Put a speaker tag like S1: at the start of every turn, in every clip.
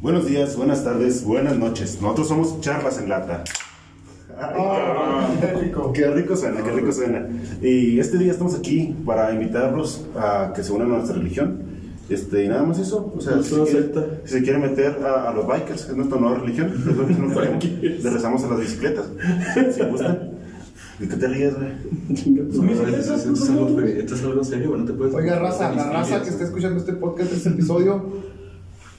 S1: Buenos días, buenas tardes, buenas noches. Nosotros somos Charlas en Lata.
S2: Ah, qué rico.
S1: Qué rico suena, qué rico suena. Y este día estamos aquí para invitarlos a que se unan a nuestra religión. Este, y nada más eso. O sea,
S3: No
S1: si,
S3: son
S1: se quiere-
S3: secta.
S1: si se quiere meter a, a los bikers, es nuestra nueva religión. Es lo que nos traemos. Le rezamos a las bicicletas. Si gustan. ¿De qué te ríes, güey?
S3: Esto es algo- esto es algo serio, güey, no te puedes.
S2: Oiga, raza, la raza que está escuchando este podcast, este episodio,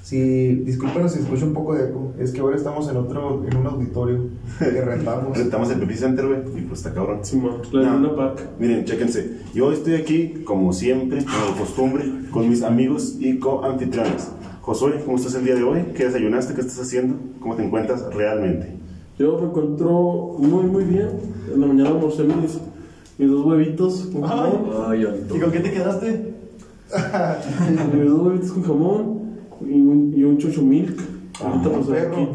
S2: si, discúlpenos si escucha un poco de eco, es que ahora estamos en otro, en un auditorio que rentamos.
S1: Rentamos el Pepe Center, güey, y pues está cabrón.
S3: Simón, la
S1: No.
S3: Luna Park.
S1: Miren, chéquense. Yo estoy aquí, como siempre, como costumbre, con mis amigos y co-anfitriones. Josué, ¿cómo estás el día de hoy? ¿Qué desayunaste? ¿Qué estás haciendo? ¿Cómo te encuentras realmente?
S3: Yo me encuentro muy, muy bien. En la mañana almorcé mis, mis dos huevitos con jamón.
S4: Ay, bonito.
S5: ¿Y con qué te quedaste?
S3: mis dos huevitos con jamón y un, y un chuchu milk. Ahorita, pues,
S2: Ah, perro.
S3: aquí,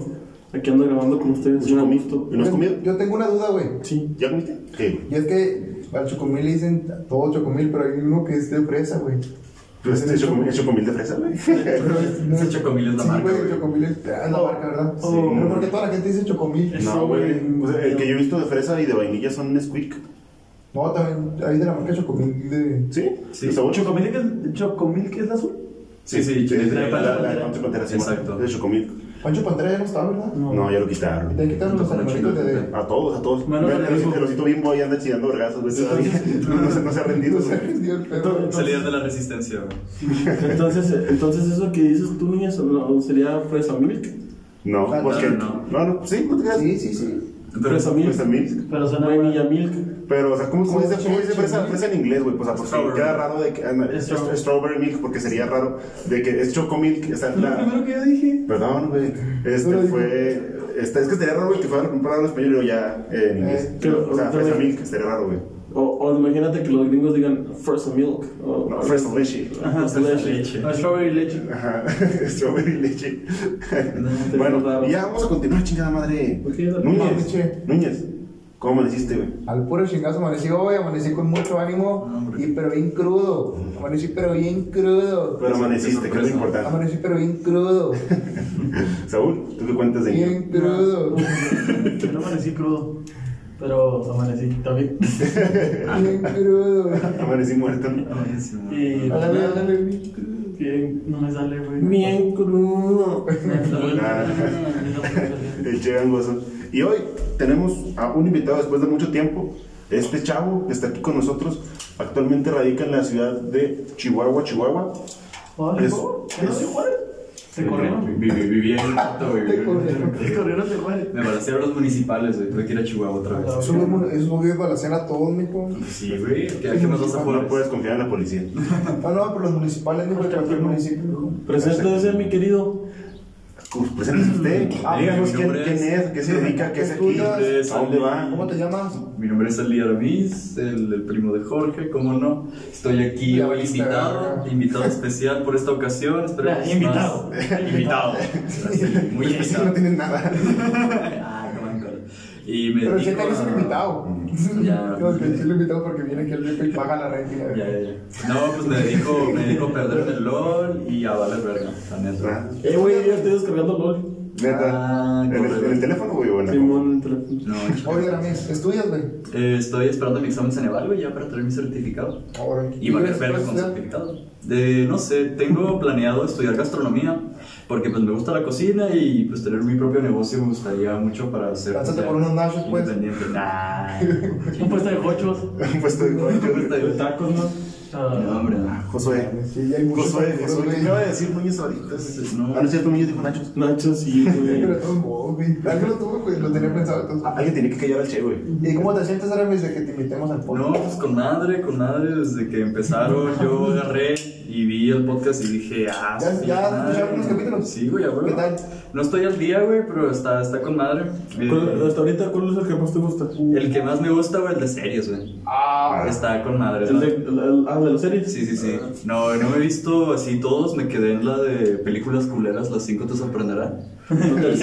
S3: aquí ando grabando con ustedes. Pues Yo
S1: ¿Y
S3: gusto.
S1: no has comido?
S2: Yo tengo una duda, güey.
S3: Sí.
S1: ¿Ya comiste? ¿Qué?
S2: Y es que al chocomil le dicen todo chocomil, pero hay uno que es de fresa, güey.
S1: ¿Tú has hecho chocomil, chocomil de fresa, güey?
S2: Pero es- no-
S4: Ese chocomil es la
S2: sí,
S4: marca,
S2: güey,
S4: güey.
S2: chocomil es ah, es la marca, ¿verdad?
S1: Oh. Sí.
S2: Pero porque toda la gente dice chocomil.
S1: No, güey. O sea, el que yo he visto de fresa y de vainilla son Nesquik.
S2: No, también hay de la marca chocomil de...
S1: ¿Sí?
S4: Sí.
S1: ¿De sabor?
S5: ¿Chocomil que es, chocomil que es la azul?
S4: Sí, sí,
S1: sí,
S4: Chocomil.
S1: la- la- la de Pancho Pantera, sí,
S4: Exacto.
S1: De chocomil.
S2: Pancho Pantera ya no está, ¿verdad?
S1: No, ya lo quitaron.
S2: Te quitaron los
S4: Junto con la
S2: animalitos de...
S4: chingada.
S1: A todos, a todos.
S5: Bueno,
S1: Vean,
S5: no,
S1: el
S5: no, no.
S1: osito bimbo ahí anda chillando vergazos, güey. todavía. No se- no se ha rendido,
S2: No sé,
S1: güey.
S2: Dios, pero-
S4: Es el líder de la resistencia, güey.
S3: Entonces, entonces eso que dices tú, niña, no, sería fresa milk.
S1: No,
S2: Ah,
S1: porque. No,
S4: no,
S1: no, sí, no te creas.
S2: Sí, sí, sí.
S4: Pero
S3: Fresa
S4: es
S3: milk.
S1: Pues también.
S5: Pero suena
S3: Vainilla milk.
S1: Pero, o sea, ¿cómo, cómo dice,
S2: Sí,
S1: cómo dice
S2: sí,
S1: fresa,
S2: sí.
S1: fresa en inglés, güey? Pues, o sea, porque
S4: Strawberry.
S1: queda raro de que. ah, no, es- es- Strawberry milk, porque sería raro de que es chocomilk. O sea,
S5: Fue lo
S1: la,
S5: primero que yo dije.
S1: perdón, güey. Este
S2: No lo
S1: fue. Este, es que sería raro, güey, que fuera comprado en español y luego ya eh, en inglés.
S3: Eh, pero-
S1: o sea, fresa
S3: pero-
S1: milk, estaría raro, güey.
S3: O, o imagínate que los gringos digan fresa milk. O,
S1: No, fresa leche.
S3: Ajá,
S4: fresa
S3: leche.
S4: leche.
S5: No, es strawberry leche.
S1: Ajá, strawberry leche.
S3: te veo
S1: bueno,
S3: raro.
S1: y ya vamos a continuar, chingada madre.
S3: ¿Por qué ya la-
S1: Núñez,
S2: Mames, che.
S1: Núñez, ¿cómo amaneciste, güey?
S2: Al puro chingazo amanecí hoy, amanecí con mucho ánimo,
S4: Hombre.
S2: y pero bien crudo. Amanecí pero bien
S4: Pues,
S2: crudo.
S1: Pero amaneciste, que es lo importante.
S2: Amanecí Mm. pero bien crudo.
S4: pues,
S1: Saúl, ¿tú qué cuentas de niño?
S2: Bien crudo.
S5: Yo no amanecí crudo, pero amanecí también.
S2: Bien crudo.
S1: Amanecí muerto.
S4: buenísimo.
S5: Y
S2: Ándale, ándale, bien crudo.
S5: bien, no me sale, güey.
S3: Bien crudo.
S5: Me sale.
S1: Ah. El Che Gangoso. Y hoy tenemos a un invitado después de mucho tiempo. Este chavo que está aquí con nosotros actualmente radica en la ciudad de Chihuahua, Chihuahua.
S5: Ay,
S1: Es-
S5: ¿cómo? ¿Que no
S1: es-
S5: se Juárez? ¿Te corrieron?
S4: Vi- vi- Viví en un rato, güey.
S2: Te corrieron.
S5: ¿Te corrieron de Juárez?
S4: Me balancearon los municipales, güey. Tuve que ir a Chihuahua otra vez.
S2: Eso no es un video para la cena a todos, mijo.
S4: Sí, güey. ¿Qué qué nos vas a
S1: No
S4: jugar? pues?
S1: puedes confiar en la policía.
S2: No, Ah, no, pero los municipales, mijo, de cualquier municipio. mijo.
S3: Preséntese, mi querido.
S1: Pues, Preséntese usted.
S4: Ah,
S1: Díganos
S4: mi
S1: quién,
S4: nombre
S1: quién
S4: es-
S1: es, qué se dedica, qué es aquí,
S2: Estudias,
S1: a dónde va.
S2: ¿Cómo te llamas?
S4: Mi nombre es Elías Aramiz, el, el primo de Jorge, cómo no. Estoy aquí
S2: Ya
S4: hoy
S2: valiste,
S4: invitado,
S2: verga.
S4: invitado especial por esta ocasión. esperemos
S5: Ya,
S4: más-
S5: invitado.
S4: invitado. Sí, muy
S1: Pues, pues, no
S4: invitado.
S1: tienes nada.
S4: Ah, no me acuerdo. Y me ah,
S2: Pero
S4: dedico
S2: checa que es
S4: a-
S2: un invitado. Mm.
S4: Ya.
S2: Creo que es el invitado porque viene aquí el rico y paga la renta. y la
S4: Ya,
S2: verga.
S4: ya, ya. No, pues me dedico, me dedico a perder en el LOL y a valer verga, la
S1: Ah,
S4: neta.
S3: Eh, güey, ya estoy descargando LOL.
S1: Neta.
S4: Ah,
S1: ¿En, el,
S4: corre.
S1: en el teléfono, güey, o en la compu?
S3: Simón, en el teléfono.
S4: No,
S2: Oye, Aramis, ¿estudias, güey?
S4: eh, estoy esperando mi examen Ceneval, güey, ya para traer mi certificado.
S2: Ahora.
S4: Y valer verga con certificado. De, no sé, tengo planeado estudiar gastronomía, porque pues me gusta la cocina y pues tener mi propio negocio me gustaría mucho para ser...
S2: Lánzate
S4: o sea,
S2: por unos nachos, pues.
S4: Independiente. Nah.
S5: Un puesto de cochos.
S1: Pues estoy
S3: De tacos, ¿no?
S4: No, hombre, no.
S1: Josué.
S2: Sí, ya hay mucho
S1: Josué,
S2: contenido,
S1: Josué.
S2: güey.
S1: ¿Qué acaba de decir Núñez ahorita?
S4: No.
S1: Ah, no es cierto, Núñez dijo Nachos.
S3: Nacho, sí,
S2: Pero
S3: güey.
S2: de todos modos, güey. Alguien lo tuvo, güey, lo tenía pensado entonces.
S1: Ah, Alguien tiene que callar al Che, güey.
S2: ¿Y cómo te sientes, Aramis, de que te invitemos al
S4: No,
S2: podcast?
S4: pues con madre, con madre, desde que empezaron yo agarré y vi el podcast y dije, ah,
S2: ¿Ya-
S4: sí,
S2: ya has
S4: madre.
S2: escuchado algunos capítulos?
S4: Sí, güey, a huevo.
S2: ¿Qué tal?
S4: No estoy al día, güey, pero está, está con madre. Eh,
S3: ¿Cuál- Hasta ahorita, ¿cuál es el que más te gusta?
S4: el que más me gusta, güey, el de series, güey.
S2: Ah,
S4: Está con madre.
S3: El
S4: ¿no?
S3: de, Ah. el- el- ah, de la serie?
S4: Sí, sí, sí. No, no me he visto así todos. Me quedé en la de películas culeras, las cinco te sorprenderán. La tercera.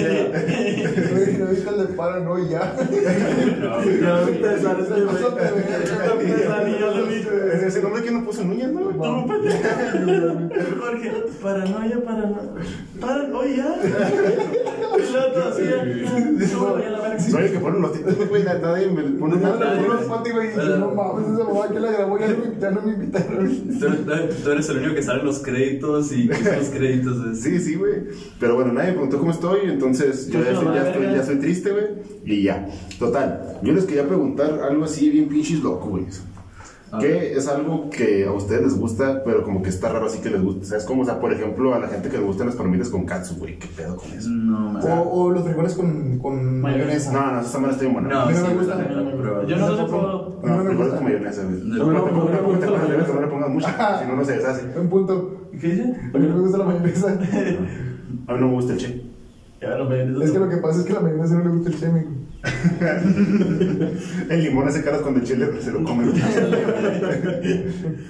S2: No viste el de para, no, y ya.
S5: Ya viste, sabes que me-
S2: Pásate, güey.
S5: Ya viste, Dani, ya lo vi.
S1: Ese ese nombre que no puso Núñez, ¿no? güey?
S5: Tú, pendejo. Jorge, paranoia, paranoia. Paranoia. Y luego tú así, súbale a la verga.
S1: Soy el que ponen los títulos, güey. Nadie me pone
S2: No,
S1: nada.
S2: no, no, Pati, güey, y no mames, esa mamá que la grabó ya no me invitaron, ya no me invitaron.
S4: Tú eres- tú eres el único que sale en los créditos y que son los créditos. es-
S1: Sí, sí, güey. Pero bueno, nadie me preguntó cómo estoy, entonces yo ya,
S5: Pues no,
S1: estoy, ya,
S5: la
S1: estoy,
S5: verga.
S1: ya estoy triste, güey. Y ya. Total, yo les quería preguntar algo así bien pinches loco, güey.
S4: A
S1: Que es algo que a ustedes les gusta, pero como que está raro así que les gusta. ¿Sabes cómo? O sea, por ejemplo, a la gente que le gustan las palomitas con katsu, güey. ¿Qué pedo con eso?
S4: No, man.
S2: O, o los frijoles con, con mayonesa.
S5: Mayonesa.
S1: No, no, esa semana está bien buena.
S4: No,
S2: A mí no
S4: sí,
S2: me gusta.
S4: la neta, pero-
S5: Yo no lo puedo.
S1: No,
S2: no me
S1: frijoles
S2: gusta.
S1: con mayonesa, güey.
S4: No,
S1: Te
S3: no,
S1: pongas-
S3: no, no me
S1: te
S3: gusta la
S1: pongas-
S3: mayonesa.
S1: No le pongas mucha, si no, no se deshace.
S2: Un punto.
S5: ¿Qué dice?
S2: A mí no me gusta la mayonesa.
S1: A mí no me gusta el che.
S5: Ya lo pedí.
S2: Es que lo que pasa es que la mayonesa no le gusta el chemi. güey.
S1: El limón hace caras cuando el chile se lo come.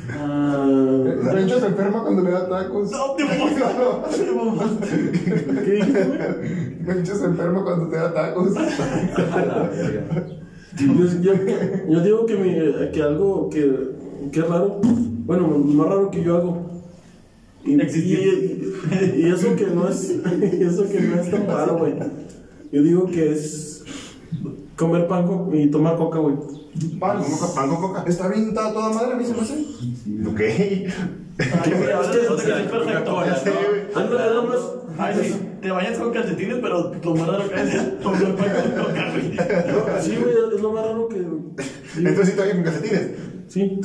S3: Ah,
S2: De hecho, se enferma cuando le da tacos.
S5: No, te puedo.
S2: No,
S5: Te mamaste.
S3: ¿Qué dijiste, güey?
S2: De hecho, se enferma cuando te da tacos.
S4: A la verga.
S3: Yo, yo- yo digo que, mi- que algo que, que es raro, bueno, más raro que yo hago. Y, y, y eso que no es y eso que no es tan raro, güey. Yo digo que es comer pan co- y tomar coca, güey.
S2: Pan.
S1: ¿Cómo co- pan con coca?
S2: Está bien, está toda madre, a mí se me hace.
S1: Ok.
S5: Ay, güey, ahora te-
S4: O
S5: ahora te
S4: sea,
S5: caes perfecto.
S4: Coca-Cola,
S1: Sí, güey.
S3: Ándale, nada más.
S5: Ay, sí, te bañas con calcetines, pero lo más raro que es tomar pan con coca, güey.
S3: Sí, güey, es lo más raro que.
S1: Entonces sí todavía con calcetines.
S3: Sí.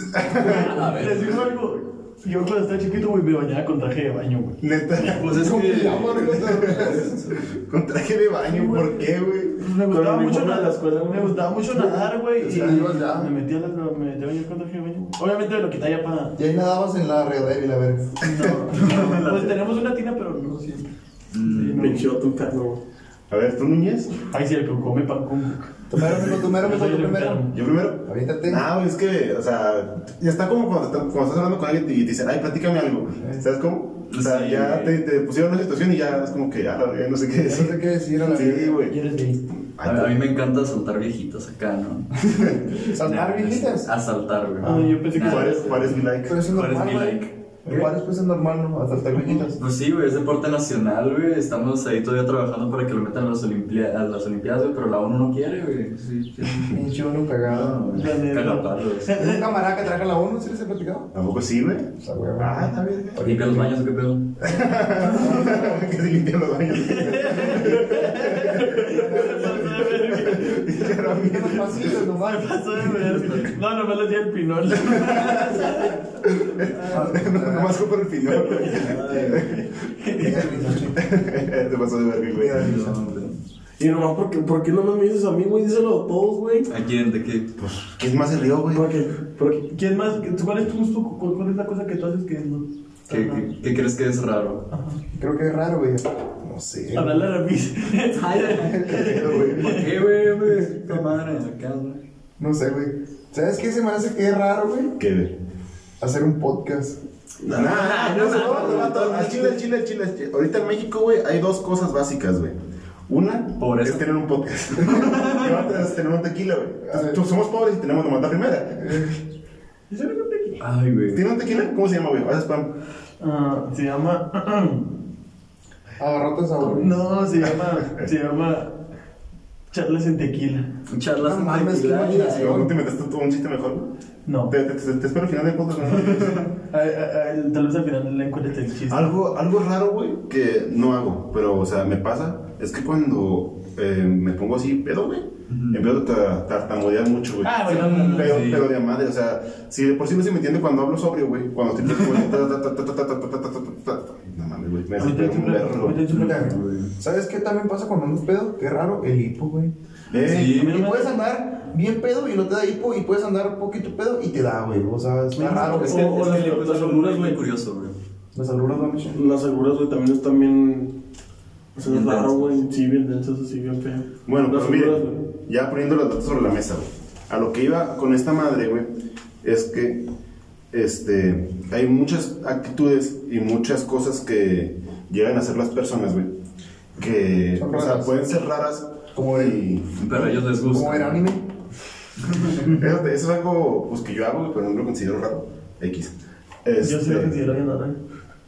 S4: A ver.
S5: Les digo algo. Yo cuando estaba chiquito, güey, me bañaba con traje de baño, güey.
S1: Neta.
S4: Pues es
S2: Con
S4: que.
S2: pijama, no te arreglas.
S1: Con traje de baño, ¿por qué, güey?
S5: Me gustaba
S3: Con el uniforme
S5: mucho
S3: de la
S5: nadar,
S3: escuela, güey.
S5: me gustaba mucho nadar, güey.
S2: Sí,
S5: y
S2: ibas ya.
S5: me metía las, me metí a bañar con traje de baño. güey. Obviamente me lo quitaba ya para
S2: Y ahí nadabas en la regadera y la verga.
S5: No, pues tenemos una tina, pero no siempre.
S3: Pinche otro enfermo, güey.
S1: A ver, tú Núñez.
S5: Ay, sí, el que come pan con coca.
S2: Tu mero mero, tu mero mero,
S5: Yo soy
S2: tu
S5: el
S2: primero.
S5: enfermo.
S1: Yo primero.
S2: Aviéntate.
S1: Ah, güey, es que, o sea, ya está como cuando, está- cuando estás hablando con alguien y te dicen, ay, platícame algo. ¿Sabes cómo? O sea,
S4: Sí,
S1: ya te,
S4: güey.
S1: te pusieron una situación y ya es como que ya, la verdad, no sé qué
S2: Ya No sé
S1: decir.
S2: qué decir a la
S1: Sí,
S2: verga.
S5: Y
S1: güey.
S5: eres gay.
S4: A, a mí me encanta saltar viejitas acá, ¿no?
S2: Saltar viejitas.
S4: A saltar, güey.
S5: Ah, yo pensé que-
S4: Nah,
S1: ¿Cuál es, cuál es mi like?
S2: Pero eso es
S4: ¿Cuál es
S2: normal,
S4: mi
S2: güey.
S4: like?
S2: En bares pues es normal, ¿no? A saltar viejitas.
S4: Pues sí, güey, es deporte nacional, güey. Estamos ahí todavía trabajando para que lo metan a las, Olimpia- a las Olimpiadas, güey, pero la ONU no quiere, güey. Sí, sí.
S2: Pinche uno
S4: No,
S2: cagado.
S4: güey.
S5: La neta.
S4: Cagapalos.
S2: Es un camarada que traje la ONU, ¿sí les he platicado?
S1: ¿Tampoco sí, güey?
S2: O sea, güey.
S1: Ah, está bien.
S4: ¿Limpia los baños o qué pedo?
S1: que se limpian los baños. Ya era mía.
S2: Los pasillos nomás.
S5: Pasó de ver. No, nomás le di el pinol.
S1: No, nomás fue por el final, güey. Te pasó de verga, güey.
S4: No, güey.
S3: Y nomás porque, ¿por qué nomás me dices a mí, güey? Díselo a todos, güey.
S4: ¿A quién? ¿De qué?
S1: ¿Quién Pues, más se rió, güey?
S3: Porque, porque.
S5: ¿Quién más? ¿Cuál es tu gusto? ¿Cuál cuál es la cosa que tú haces que no? Ah,
S4: ¿Qué, qué, qué crees que es raro?
S2: Creo que es raro, güey.
S1: No sé.
S5: Hablarle a la mis.
S1: güey.
S4: ¿Por qué, güey, güey? Puta madre, acá, güey.
S2: No sé, güey. ¿Sabes qué se me hace que es raro, güey?
S1: ¿Qué, güey?
S2: Hacer un podcast.
S1: Nah, nah, no, no, vato, al Chile, al Chile, al Chile, al Chile. Ahorita en México, güey, hay dos cosas básicas, güey. Una
S4: Pobreza.
S1: es tener un podcast. y otra es tener un tequila, güey. Entonces, tú- Somos pobres y tenemos nomás la primera.
S4: Ay, güey.
S1: ¿Tiene un tequila? ¿Cómo se llama, güey? Haces spam.
S5: Ah, Se llama.
S2: Abarrotas a No,
S5: No, se llama. Se llama. Charlas en tequila.
S4: Charlas
S2: No mames, qué
S4: tequila,
S2: imaginación.
S4: ay,
S1: Pero no te metas tú un chiste mejor, güey.
S5: No.
S1: Te, te, te- te espero al final del podcast, ¿no?
S5: Ay, ay, ay, Tal vez al final le encuentres el chiste.
S1: Algo, algo raro, güey, que no hago, pero, o sea, me pasa, es que cuando eh, me pongo así, pedo, güey, empiezo a ta- tartamudear mucho, güey.
S5: Ah, güey, no, no, no,
S1: pero,
S4: sí.
S1: pero de a madre, o sea, si de por sí no se me entiende cuando hablo sobrio, güey, cuando estoy como ta- ta- ta- ta- ta- ta- ta- ta- ta- ta- ta- ta- No mames, güey, me
S5: A mí
S1: desespero
S5: también
S1: un
S5: siempre-
S1: vergo.
S5: a mí también siempre-
S2: ¿Sabes qué también pasa cuando andas pedo? Qué raro, el hipo, güey.
S1: Eh,
S4: Sí.
S2: Y puedes andar bien pedo y no te da hipo, y puedes andar un poquito pedo y te da, güey. O sea, está raro.
S4: Es
S2: güey.
S4: que,
S3: O- o
S4: es
S3: las-
S4: que le cuento
S3: las
S4: algo
S3: locuras,
S4: muy, muy
S3: güey.
S4: curioso, güey.
S2: Las auroras van a echar.
S3: Las seguras, güey, también están bien. O sea, es
S4: Bien
S3: raro,
S4: densas.
S3: güey. Sí, bien densas, así, bien feo.
S1: Bueno,
S3: las
S1: pues
S3: seguras,
S1: miren, ya poniendo las datos sobre la mesa, güey. A lo que iba con esta madre, güey, es que este, hay muchas actitudes y muchas cosas que llegan a hacer las personas, güey. Que,
S2: Son
S1: o sea,
S2: raras.
S1: pueden ser raras.
S2: Como el-
S1: y-
S4: Pero a ellos les
S2: Como
S4: gusta.
S2: el anime.
S1: Eso, eso es algo pues, que yo hago, pero no lo considero raro. X.
S5: Yo sí
S1: Este,
S5: lo considero bien raro.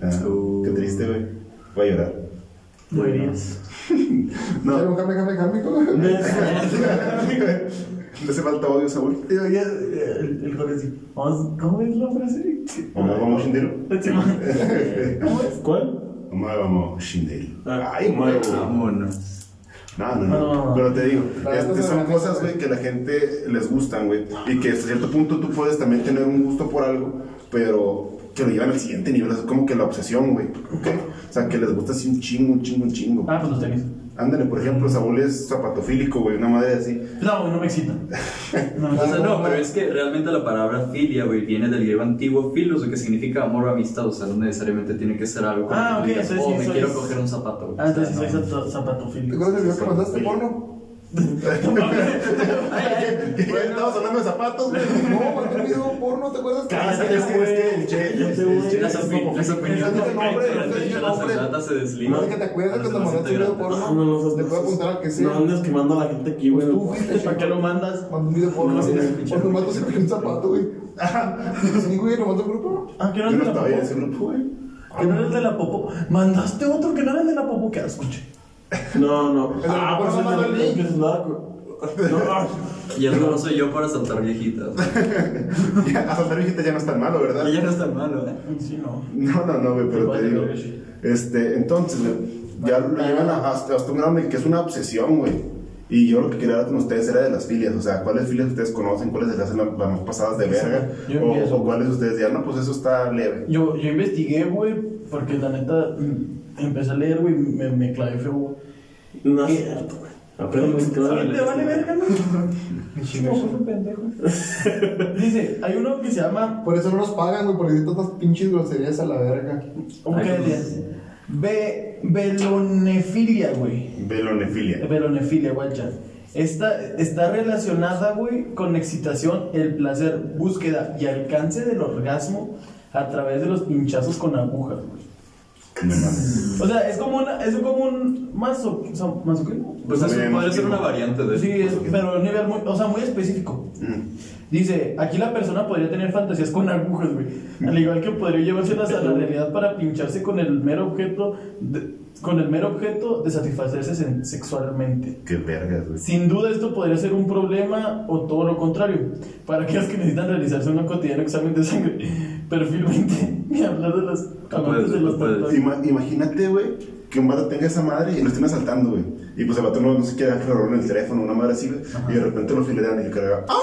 S1: ah, Qué triste, güey. Voy a llorar.
S5: Deberías.
S1: No.
S2: Era un jame, jame, jame, ¿cómo?
S1: Le hace falta odio, Saúl.
S5: Deberías. eh, El el joven sí. Vamos, ¿Cómo es la frase?
S1: Vamos, vamos, Shindero.
S5: ¿Cómo es?
S3: ¿Cuál?
S1: Vamos, vamos, Shindero.
S3: Ah,
S1: Ay,
S3: bueno.
S1: güey.
S4: Vámonos.
S1: No, no,
S5: No, no,
S1: no.
S5: no.
S1: Pero te digo,
S2: La verdad
S1: este,
S2: es que
S1: son
S2: la
S1: cosas,
S2: neta,
S1: güey, que la gente les gustan, güey. Y que hasta cierto punto tú puedes también tener un gusto por algo, pero que lo llevan al siguiente nivel. Es como que la obsesión, güey. ¿Ok? O sea, que les gusta así un chingo, un chingo, un chingo.
S5: Ah, pues los tenis.
S1: Ándale, por ejemplo, Saúl es zapatofílico, güey, una madre así.
S5: No, güey, no me excita. No me
S4: O
S5: excita.
S4: sea, no, pero es que realmente la palabra filia, güey, viene del griego antiguo filos, que significa amor o amistad. O sea, no necesariamente tiene que ser algo como
S5: Ah,
S4: que
S5: ok,
S4: digas,
S5: eso es-
S4: oh, me
S5: eso
S4: quiero
S5: es-
S4: coger un zapato.
S5: Ah, entonces
S4: O sea,
S5: soy
S4: no.
S5: zap-
S2: ¿Te
S5: zapatofílico.
S2: acuerdas del video que mandaste, porno?
S1: Estamos hablando de zapatos, güey.
S2: No, mandé un video porno, ¿te acuerdas?
S1: Ah, Es que- es que- es que el Che-
S3: Cállate,
S1: el
S3: güey.
S1: Che
S4: Las
S1: es
S4: opi- las
S1: zapatofílico.
S4: opiniones
S2: Ese es el nombre,
S4: de la
S2: ese es el
S4: la
S2: nombre.
S4: sociedad se
S2: No
S4: desligan.
S2: es que te acuerdas que te
S4: Los demás
S2: mandaste un video porno.
S4: integrantes.
S3: No, Ah, no, no,
S2: te
S3: no,
S2: puedo apuntar al que sea.
S3: No andes quemando a la gente aquí, güey.
S2: Pues tú fuiste,
S5: ¿Para qué lo mandas?
S2: Mandó un video porno.
S4: No, sí,
S2: güey.
S4: sí, pinche
S2: Porque un
S4: ruco.
S2: vato se cogió un zapato, güey. Sí, güey, lo mandó un grupo.
S5: Ah, que
S1: Yo
S5: no
S1: no
S5: es de la
S1: estaba
S5: popó.
S1: ahí en ese grupo, güey.
S5: Que no era el de la popó. Mandaste otro que no era el de la popó. Que escuche.
S3: No, no.
S2: Pero
S3: Ah,
S2: no
S3: por eso
S2: mando
S3: te-
S2: el
S3: te
S2: link.
S3: empiezas a dar cu- No, ah.
S4: Y el no soy yo para saltar viejitas.
S1: Ya, Asaltar viejitas ya no es tan malo, ¿verdad?
S4: Ella no es tan malo, ¿eh?
S5: Sí, no.
S1: No, no, no, güey, pero
S5: Igual
S1: te
S5: de
S1: digo.
S5: lo que sí.
S1: Este, entonces, güey, ya lo llevan a- hasta, hasta un grado en el que es una obsesión, güey. Y yo lo que quería hablar con ustedes era de las filias, o sea, ¿cuáles filias ustedes conocen? ¿Cuáles se les hacen las las más pasadas de verga?
S5: Yo
S1: O,
S5: empiezo.
S1: o cuáles ustedes dirán, no, pues eso está leve.
S5: Yo, yo investigué, güey, porque la neta mm, empecé a leer, güey, me, me clavé feo, güey.
S3: No es cierto, güey. Apenas me quedo en
S5: ¿Te
S3: el-
S5: vale verga, no? No, pendejo. Dice, hay uno que se llama.
S2: Por eso no nos pagan, güey, porque dicen tantas pinches groserías a la verga.
S5: ¿Cómo que
S4: Ay, pues.
S5: decía? Ve, velonefilia, güey.
S1: Velonefilia.
S5: Velonefilia, guacha. Esta está relacionada, güey, con excitación, el placer, búsqueda y alcance del orgasmo a través de los pinchazos con agujas, güey.
S1: No mames.
S5: O sea, es como una, es como un maso, o sea, masoquismo.
S4: Pues eso
S1: Bien,
S4: podría ser
S1: bien.
S4: una variante de este
S5: Sí, es- pero a un nivel muy, o sea, muy específico.
S1: Mm.
S5: Dice, aquí la persona podría tener fantasías con agujas, güey. Al igual que podría llevárselas a la realidad para pincharse con el mero objeto de, con el mero objeto de satisfacerse sen- sexualmente.
S1: Qué vergas, güey.
S5: Sin duda esto podría ser un problema o todo lo contrario. Para aquellos que necesitan realizarse un cotidiano examen de sangre, perfil 20, ni hablar de
S4: Ah,
S5: los
S4: pues,
S5: amantes de los
S4: puedes.
S5: tatuajes.
S1: Ima- imagínate, güey, que un vato tenga esa madre y lo estén asaltando, güey. Y pues el vato no, no se quiere agarrar en el teléfono, una madre así, güey. Y de repente lo filetean y yo carga. ¡Ah!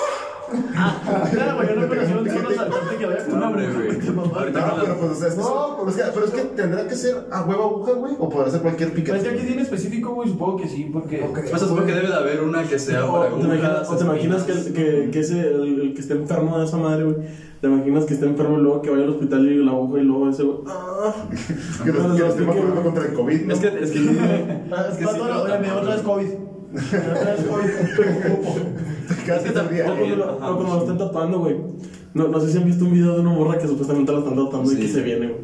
S5: Claro, güey, yo no conocí a un solo saltante que vaya con una
S4: No, hombre,
S5: aguja,
S4: güey.
S5: te mamaste.
S4: Ahorita
S1: No,
S4: con
S1: pero
S4: la-
S1: pues, o sea, es que,
S2: No,
S1: pero, es que, pero es que tendrá que ser a huevo aguja, güey, o podrá ser cualquier
S5: Pues
S1: piquete.
S5: que aquí sí en específico, güey, supongo que sí, porque...
S2: Ok.
S4: Pues supongo que debe de haber una que sea
S3: O
S4: para
S3: te imaginas,
S5: este,
S3: o te imaginas que, que, que ese, el, el que esté enfermo de esa madre, güey. Te imaginas que esté enfermo y luego que vaya al hospital y la aguja y luego ese, güey. Ah.
S1: que
S3: No, no,
S1: nos que nos esté
S3: no, que-
S1: vacunando contra el COVID, ¿no?
S4: Es que, es que,
S5: Ah, Es que
S4: sí, pero
S5: Pato, oye, me dio
S4: tampoco-
S5: otra vez COVID. Me dio otra vez COVID.
S1: Casi
S4: es que
S1: sabría.
S3: O cuando,
S4: también-
S3: lo, o cuando lo están tatuando, güey. No, no sé si han visto un video de una morra que supuestamente la están tatuando y
S4: Sí.
S3: que se viene, güey.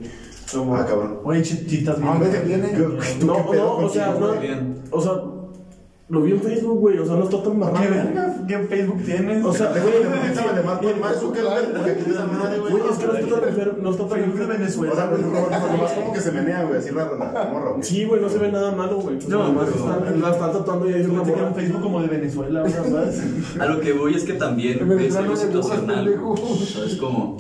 S3: La morra.
S1: Ah, cabrón.
S5: Oye, chichitas,
S2: Ah,
S5: bien.
S2: ¿dónde viene?
S1: ¿Tú
S3: No,
S1: qué pedo
S3: no, o sea,
S1: contigo,
S3: no,
S1: güey?
S4: bien.
S3: o sea, lo vi en Facebook, güey, o sea, no está tan
S5: ¿Qué
S3: marrado.
S5: verga? ¿Qué Facebook tienes?
S3: O sea,
S1: Ah, Déjame
S3: güey,
S1: que me empiece a llamar por Mark Zuckerberg, porque aquí esa madre, güey.
S3: güey, es que no está tan enfermo, no está tan
S5: Facebook
S3: enfermo.
S5: de
S1: O sea,
S5: Venezuela.
S1: pues, no, no, no, nomás como que se menea, güey, así la la morra, güey.
S3: Sí, güey, no se ve nada malo, güey. O sea,
S4: No,
S3: nomás
S4: no.
S3: están- la están tatuando y ahí es una
S5: Yo tenía
S3: morra.
S5: un Facebook como de Venezuela, ahora más.
S4: a lo que voy es que también
S2: Me
S4: es
S2: regalaron
S4: algo
S2: de agujas,
S4: situacional.
S2: pendejo.
S4: Es como,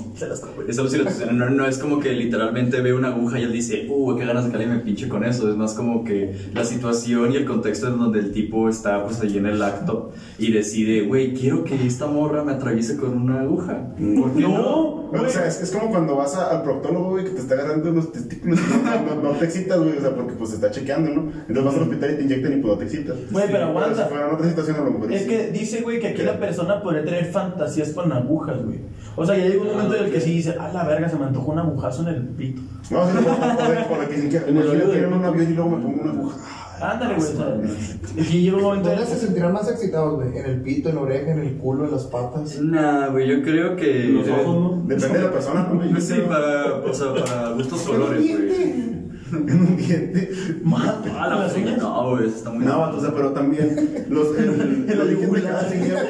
S4: es algo situacional. No, no es como que literalmente ve una aguja y él dice, uh, qué ganas de que alguien me pinche con eso. Es más como que la situación y el contexto en donde el tipo está, pues ahí en el acto y decide, güey, quiero que esta morra me atraviese con una aguja. ¿Por qué no?
S5: No,
S1: O
S5: güey.
S1: sea, es, es como cuando vas a- al proctólogo, güey, que te está agarrando los testículos y no, no- no te excitas, güey, o sea, porque pues se está chequeando, ¿no? Entonces vas al hospital y te inyectan y pues no te excitas.
S5: Güey, pero aguanta.
S1: si fuera en otra situación a lo mejor
S5: Es
S1: sí.
S5: que dice, güey, que aquí la persona podría tener fantasías con agujas, güey. O sea, ya llega un momento en el que sí dice, ah, la verga, se me antojó un agujazo en el pito.
S1: No, sí, por, por, por, por la que se quiera.
S3: En el
S1: Imagínate
S3: oído
S1: que
S3: del
S1: era un
S3: pito.
S1: avión y luego me pongo una aguja.
S5: Ándale, güey. o sea, aquí llega un momento.
S2: ¿Dónde se sentirán más excitados, güey? ¿En el pito, en la oreja, en el culo, en las patas?
S4: Nah, güey, yo creo que.
S3: Los ojos, ¿no?
S1: Depende de la persona, ¿no? güey?
S4: No sé, para, o sea, para gustos colores, güey.
S1: En un diente.
S4: Ah, la
S5: ¿Las
S4: uña
S5: uñas?
S4: no, güey, eso está muy.
S1: No, vato, o sea, pero también los, el, el origen de cada señal-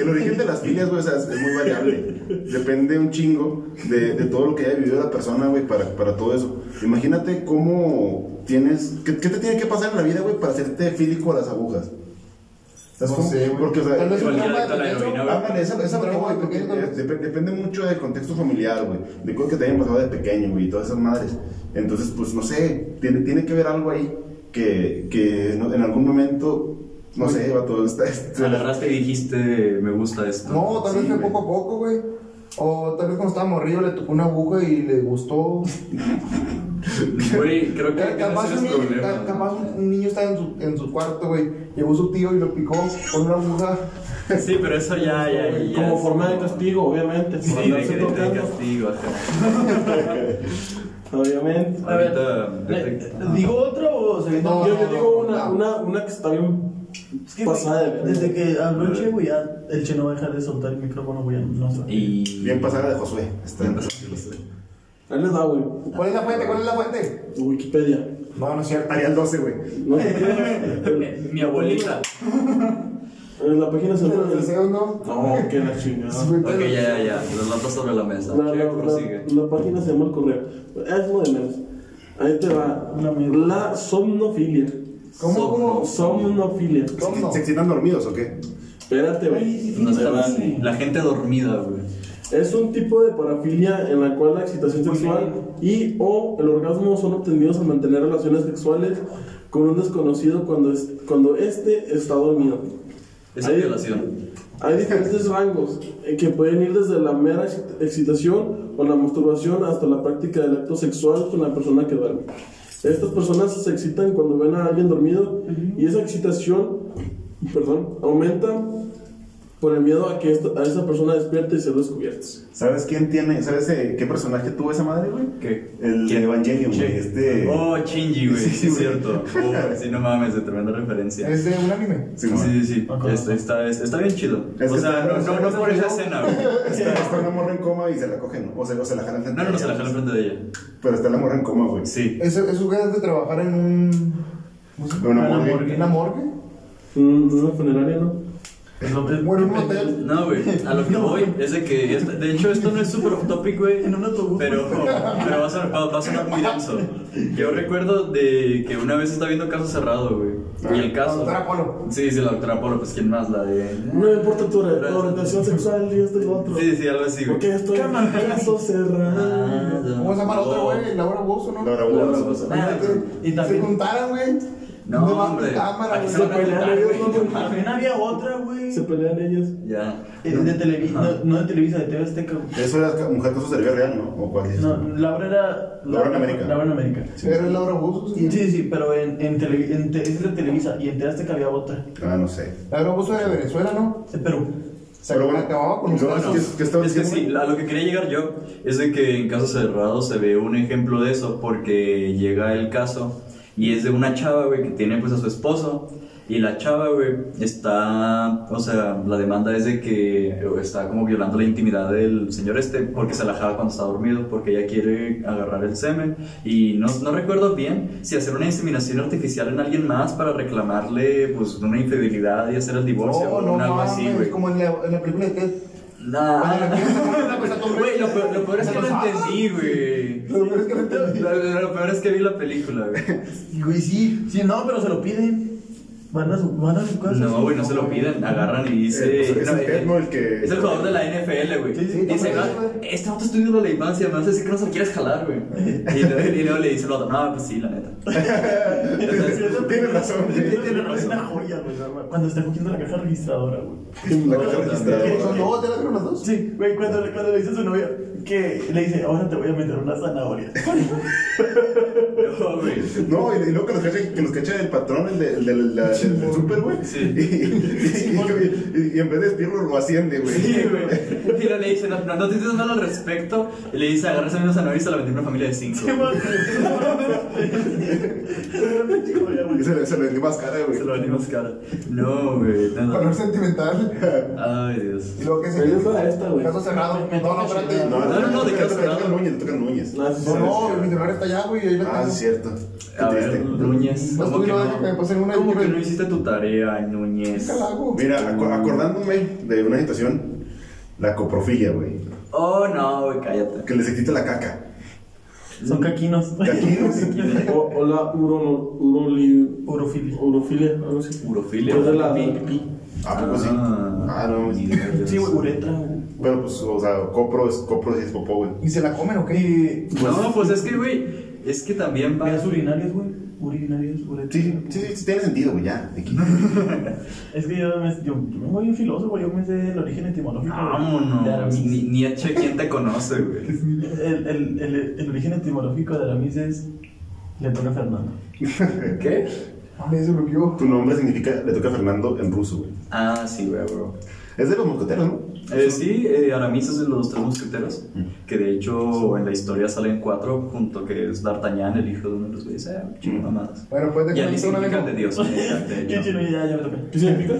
S1: el origen de las filias, güey, o sea, es es muy variable. Depende un chingo de, de todo lo que haya vivido la persona, güey, para, para todo eso. Imagínate cómo tienes, ¿qué, qué te tiene que pasar en la vida, güey, para hacerte fílico a las agujas?
S2: No
S1: ¿Sabes cómo?
S2: sé, güey.
S1: Porque, o sea,
S2: Tal vez un
S4: Igual que
S2: trauma
S4: adicto a la
S2: de pequeño.
S4: heroína, güey.
S1: Ándale, esa, esa
S2: Un
S1: broma,
S2: trauma
S1: güey,
S2: de
S1: porque
S2: pequeño, tal
S1: eh,
S2: vez.
S1: dep- depende mucho del contexto familiar, güey, de cosas que te hayan pasado de pequeño, güey, y todas esas madres. Entonces, pues, no sé, tiene, tiene que ver algo ahí que, que no- en algún momento, no sé, va todo está... está-
S4: Agarraste y dijiste, me gusta esto.
S2: No, tal vez
S1: Sí,
S2: fue
S1: güey.
S2: poco a poco, güey. O tal vez cuando estaba morrido le tocó una aguja y le gustó.
S4: Güey, creo que
S2: Ca-
S4: que no
S2: Capaz, un,
S4: es el
S2: niño, ca-
S4: problema.
S2: capaz un niño estaba en su, en su cuarto, güey. Llegó su tío y lo picó con una aguja.
S4: Sí, pero eso ya, ya, ya.
S3: Como
S4: es
S3: forma de
S4: como-
S3: castigo, obviamente. por
S4: Sí, de,
S3: andarse
S4: de, de
S3: tocando.
S4: castigo. ajá.
S3: Obviamente.
S5: A ver,
S4: Ahorita,
S5: eh,
S4: ahorita-
S5: ¿Digo otra o se viene?
S2: No,
S3: yo, yo
S2: no,
S3: digo
S2: no,
S3: una,
S2: no.
S3: una, una que está bien
S5: Es que,
S3: pasada de
S5: güey,
S3: verga.
S5: desde que habló el Che, güey, ya el Che no va a dejar de soltar el micrófono, güey. ya No sé.
S4: Y.
S1: Bien pasada de Josué. Está-
S3: Ahí les da, güey.
S2: ¿Cuál es la fuente? ¿Cuál es la fuente?
S3: Wikipedia.
S2: No, no es cierto.
S1: Arial 12, güey.
S3: No te creas.
S4: Mi abuelita.
S3: En la página se
S2: Pero el segundo.
S3: No, que la chingada.
S4: Ok, ya, ya, ya. Los datos sobre la mesa.
S3: La,
S4: Che,
S3: la- la-
S4: prosigue.
S3: la página se llama el correo. Es lo de menos. Ahí te va.
S5: Una mierda.
S3: La somnofilia.
S2: ¿Cómo, cómo?
S3: Somnofilia.
S2: ¿Cómo no?
S1: ¿Se excitan dormidos o qué?
S3: Espérate, güey.
S4: No estaban. La gente dormida, güey.
S3: Es un tipo de parafilia en la cual la excitación sexual y o el orgasmo son obtenidos al mantener relaciones sexuales con un desconocido cuando, es- cuando este está dormido.
S4: Esa
S3: Ahí-
S4: violación.
S3: Hay diferentes rangos eh, que pueden ir desde la mera excit- excitación o la masturbación hasta la práctica del acto sexual con la persona que duerme. Estas personas se excitan cuando ven a alguien dormido y esa excitación, perdón, aumenta por el miedo a que esta- a esa persona despierte y sea descubierta.
S1: ¿Sabes quién tiene, sabes eh, qué personaje tuvo esa madre, güey?
S4: ¿Qué?
S1: El de
S4: ¿Quién?
S1: Evangelion, güey.
S4: Che.
S1: Este...
S4: Oh, Shinji, güey.
S1: Sí,
S4: Sí,
S1: sí,
S4: es
S1: güey.
S4: cierto. Oh, sí, no mames, de tremenda referencia.
S2: ¿Es de un anime?
S1: Sí,
S4: Sí,
S1: güey.
S4: sí, sí. Está, está, está bien chido.
S1: Es que
S4: o sea,
S1: está-
S4: no, no, no por esa escena, güey.
S1: Está, está una morra en coma y se la cogen, o se, o se la jalan frente
S4: No, no,
S1: a
S4: no se la
S1: ella,
S4: jala frente de ella.
S1: Pero está la morra en coma, güey.
S4: Sí.
S2: ¿Es, es su ganas de trabajar en un. ¿cómo se
S1: En
S2: llama?
S1: una
S5: Una
S1: morgue.
S5: morgue.
S2: ¿En una morgue?
S3: Mm, Una funeraria, ¿no?
S5: Es lo- es-
S2: Bueno, en un
S5: depende-
S2: hotel.
S4: No, güey. A lo que voy es de que. esta- de hecho, esto no es super off topic, güey.
S5: En un autobús.
S4: Pero, pero va, a sonar, va- va a sonar muy denso. Yo recuerdo de que una vez estaba viendo caso cerrado, güey. Y el
S2: La
S4: caso.
S2: doctora Polo.
S4: Sí, sí, la doctora Polo, pues quién más, la de.
S3: No me importa tu ori- tu orientación sexual y esto y lo otro.
S4: Sí, sí, algo así, güey.
S3: Porque estoy en un caso cerrado.
S2: ¿Cómo se llama la otra, güey? Laura Bozo, ¿no?
S1: Laura
S4: Laura
S1: Bozo.
S4: Bozo.
S2: Ah,
S5: Y
S2: Se
S5: también-
S2: juntaron, güey.
S4: No,
S2: Debajo de
S4: hombre.
S2: cámara,
S4: Aquí
S2: güey.
S4: se van a
S3: pelean
S4: juntar,
S3: ellos,
S4: güey.
S3: ¿no?
S5: También había otra, güey.
S3: Se pelean ellos.
S4: Ya.
S5: Eh, De Televisa,
S4: Ajá.
S5: no, no de Televisa, de TV Azteca, güey.
S1: Eso era ca- mujer caso sería real, ¿no? ¿O cuál es?
S5: No, Laura era.
S1: Laura en América.
S5: Laura en América.
S2: Era Laura Bozo,
S5: Sí,
S2: sí.
S5: sí, pero en, en, tele, en te- es de Televisa y en TV Azteca había otra.
S1: Ah, no sé.
S2: Laura Bozo era de Venezuela, ¿no?
S5: De Perú.
S2: Se
S1: Pero bueno,
S2: acababa con
S1: yo-
S2: los
S1: Bueno,
S4: Bueno,
S1: ¿qué-
S4: es
S1: qué estabas
S4: que sí,
S1: diciendo?
S4: a lo que quería llegar yo es de que en casos cerrados se ve un ejemplo de eso porque llega el caso y es de una chava, güey, que tiene pues a su esposo y la chava, güey, está, o sea, la demanda es de que está como violando la intimidad del señor este porque se la jala cuando está dormido porque ella quiere agarrar el semen y no, no recuerdo bien si hacer una inseminación artificial en alguien más para reclamarle pues una infidelidad y hacer el divorcio
S2: No,
S4: o
S2: no,
S4: un algo así,
S2: mames,
S4: güey.
S2: como en la, en la película de Ted.
S4: Nah.
S2: Cuando la piensa, la piensa todo
S4: Güey, lo
S2: bien.
S4: peor, lo peor es que
S2: Se
S4: lo
S2: lo sabe.
S4: entendí, güey.
S2: Lo peor es que no entendí.
S4: Lo, lo- lo peor es que vi la película, güey.
S5: Y güey, sí, sí, no, pero se lo piden. Van a su, van a su casa.
S4: No,
S5: sí.
S4: güey, no se lo piden, agarran y
S1: Eh,
S4: dice.
S1: pues, es
S4: no,
S1: el Ted, ¿no? el que.
S4: es el jugador de la NFL, güey.
S2: Sí, sí,
S4: dice,
S2: sí,
S4: "Ah,
S2: güey.
S4: este vato es tu ídolo de la infancia, me vas a decir que no se lo quieres jalar, güey. Y luego, y luego le dice el otro, no, pues sí, la neta. Entonces,
S1: Tienes razón,
S5: Sí,
S1: güey.
S5: tiene razón. Es una joya, güey. la verdad. Cuando está cogiendo la caja registradora, güey.
S1: La caja
S2: Que
S1: registrada.
S2: Son dos, ya la vieron las dos.
S5: Sí, güey, cuando, cuando le dice a su novia, que le dice, ahora te voy a meter una zanahoria.
S4: No, güey.
S1: No, y, y luego que nos cacha, que nos cacha el patrón, el, de, el de la- del, del super, güey.
S4: Sí.
S1: Y, y- y- y en vez de espirro lo asciende, güey.
S4: Sí, güey. Y luego le dice, no, no, no te sientes mal al respecto. Y le dice, agarra esa misma zanahoria y se la vendió a una familia de cinco.
S5: ¿Qué más?
S1: Y se, le- se lo vendió más cara, güey.
S4: Se lo vendió más cara. No, güey.
S2: Valor
S4: Nada.
S2: sentimental.
S4: Ay, Dios.
S2: Y luego que
S3: Pero es para
S2: se.
S3: esta, güey.
S2: Caso cerrado.
S5: Me- me
S2: No, no,
S5: toca
S2: espérate.
S5: chingar.
S1: No, no, no,
S4: no,
S1: le
S4: de
S1: tocan-
S4: caso
S1: le tocan
S4: cerrado.
S1: Núñez, le tocan Núñez.
S3: No, sí,
S2: No,
S3: sí.
S2: no, el millonario está allá, güey. Ahí lo
S1: Ah,
S2: tengo.
S1: es cierto.
S4: A
S1: Qué
S4: ver,
S1: triste.
S4: Núñez.
S2: Pues
S4: ¿Cómo
S2: tú
S4: que
S2: y luego déjame pasar
S4: no?
S2: una
S4: ¿Cómo
S2: libre.
S4: que no hiciste tu tarea, Núñez?
S2: Nunca la hago.
S1: Mira, acu- acordándome de una situación, la coprofilia, güey.
S4: Oh, no, güey, cállate.
S1: Que les excita la caca.
S5: Son Mm. caquinos.
S1: Caquinos.
S3: O, o la urono, uroli,
S5: Urofilia.
S3: urofilia, algo así.
S4: Urofilia.
S3: Es de la-
S4: pipí.
S1: ¿A poco sí? Ah, no.
S4: ni idea de
S5: pues Sí, güey,
S4: eso.
S5: uretra, güey.
S1: Bueno, pues, o sea, copro es, copro sí es popó, güey.
S2: ¿Y se la comen o qué?
S4: No, pues es que, güey, es que también va.
S5: Vías urinarias, güey. Urinarias, uretra.
S1: Sí, sí, sí, sí, tiene sentido, güey, ya. Aquí.
S5: Es que yo me, yo, yo me voy un filósofo, yo me sé el origen etimológico. güey. De
S4: Vámonos.
S5: Aramis.
S4: Ni, ni H, ¿quién te conoce, güey?
S5: El, el, el, el origen etimológico de Aramis es. Le toca a Fernando.
S4: ¿Qué?
S2: Me desbloqueó.
S1: Tu nombre significa le toca a Fernando en ruso, güey.
S4: Ah, sí, güey, bro.
S1: Es de los mosqueteros, ¿no?
S4: Eh, sí, eh, Aramis es de los tres mosqueteros,
S5: Mm.
S4: que de hecho en la historia salen cuatro, junto que es D'Artagnan, el hijo de uno de los güeyes, eh, chingo
S5: Mm.
S4: mamadas.
S2: Bueno, pues
S4: Y
S2: déjame
S4: Ali
S2: hacer una
S4: significa el de
S2: lengua.
S4: Dios. de
S5: Yo,
S4: hecho.
S5: chino, ya, ya me toqué.
S3: ¿Qué significa?